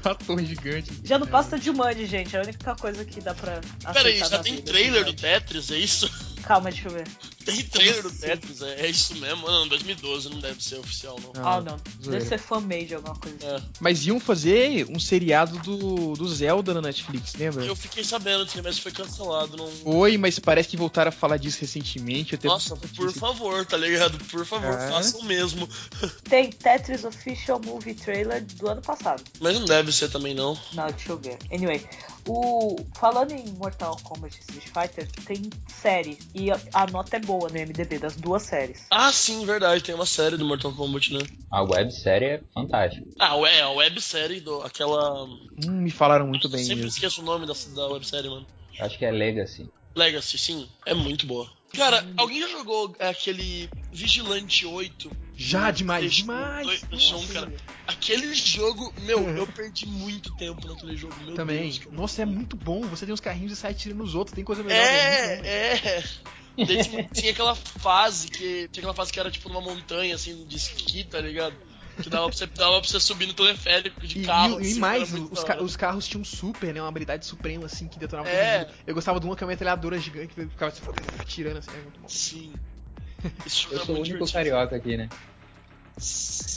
a torre gigante. Já não passa de Money, gente. É a única coisa que dá pra. Pera aí, aceitar já na tem vida, trailer do assim, Tetris, é isso? né? Calma, deixa eu ver. Tem trailer do Sim. Tetris, é, é isso mesmo? Não, 2012 não deve ser oficial, não. Ah, Ah, não. Deve zoeira. ser fan-made alguma coisa. assim. É. Mas iam fazer um seriado do, do Zelda na Netflix, lembra? Eu fiquei sabendo disso, mas foi cancelado, não. Foi, mas parece que voltaram a falar disso recentemente. Eu tenho- Nossa, por favor, tá ligado? Por favor, É. façam mesmo. Tem Tetris Official Movie Trailer do ano passado. Mas não deve ser também, não. Não, deixa eu ver. Anyway, o... falando em Mortal Kombat e Street Fighter, tem série. E a, a nota é boa no MDB das duas séries. Ah, sim, verdade, tem uma série do Mortal Kombat, né? A websérie é fantástica. Ah, é, a websérie do. aquela. Hum, me falaram muito bem Sempre mesmo. esqueço o nome da, da websérie, mano. Acho que é Legacy. Legacy, sim, é muito boa. Cara, alguém já jogou aquele Vigilante 8? Já, demais, Deixa- demais! Dois- deixa um, cara. Aquele jogo, meu, eu perdi muito tempo naquele jogo, meu Também. Deus. cara. Nossa, é muito bom. Você tem uns carrinhos e sai tirando os outros, tem coisa melhor. é muito bom. É, é. Daí, tipo, tinha aquela fase que. Tinha aquela fase que era tipo numa montanha, assim, de esqui, tá ligado? Que dava pra você, dava pra você subir no teleférico de E, carro. e- e assim, mais, era muito os, da ca- hora. os carros tinham super, né? Uma habilidade suprema, assim, que detonava É. todo mundo. Eu gostava de uma que é uma metralhadora gigante que ficava assim, tirando assim. Era muito bom. Sim. Esse jogo Eu era sou o muito único divertido. carioca aqui, né?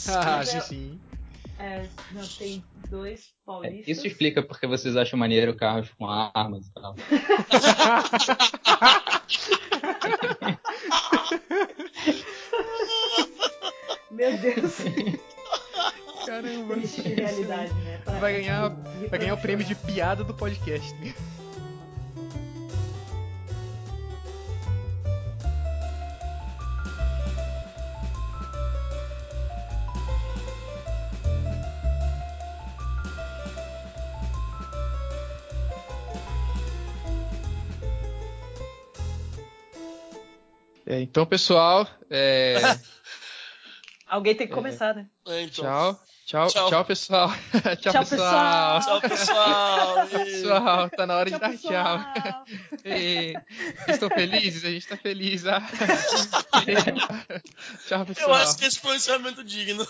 Ah, sim, sim. É, não, tem dois É, paulistas. Isso explica porque vocês acham maneiro carros com armas e tal. Meu Deus, Caramba. triste realidade, né? Vai ganhar, vai ganhar o prêmio de piada do podcast. É, então, pessoal, é, Alguém tem que começar, né? É, então. tchau, tchau, Tchau. tchau, pessoal. tchau, Tchau, pessoal. pessoal. Tchau, pessoal. E- Pessoal, tá na hora de dar tchau. pessoal. Ei, vocês estão felizes? A gente tá feliz. Ah. Tchau, Eu pessoal. acho que esse foi um encerramento digno.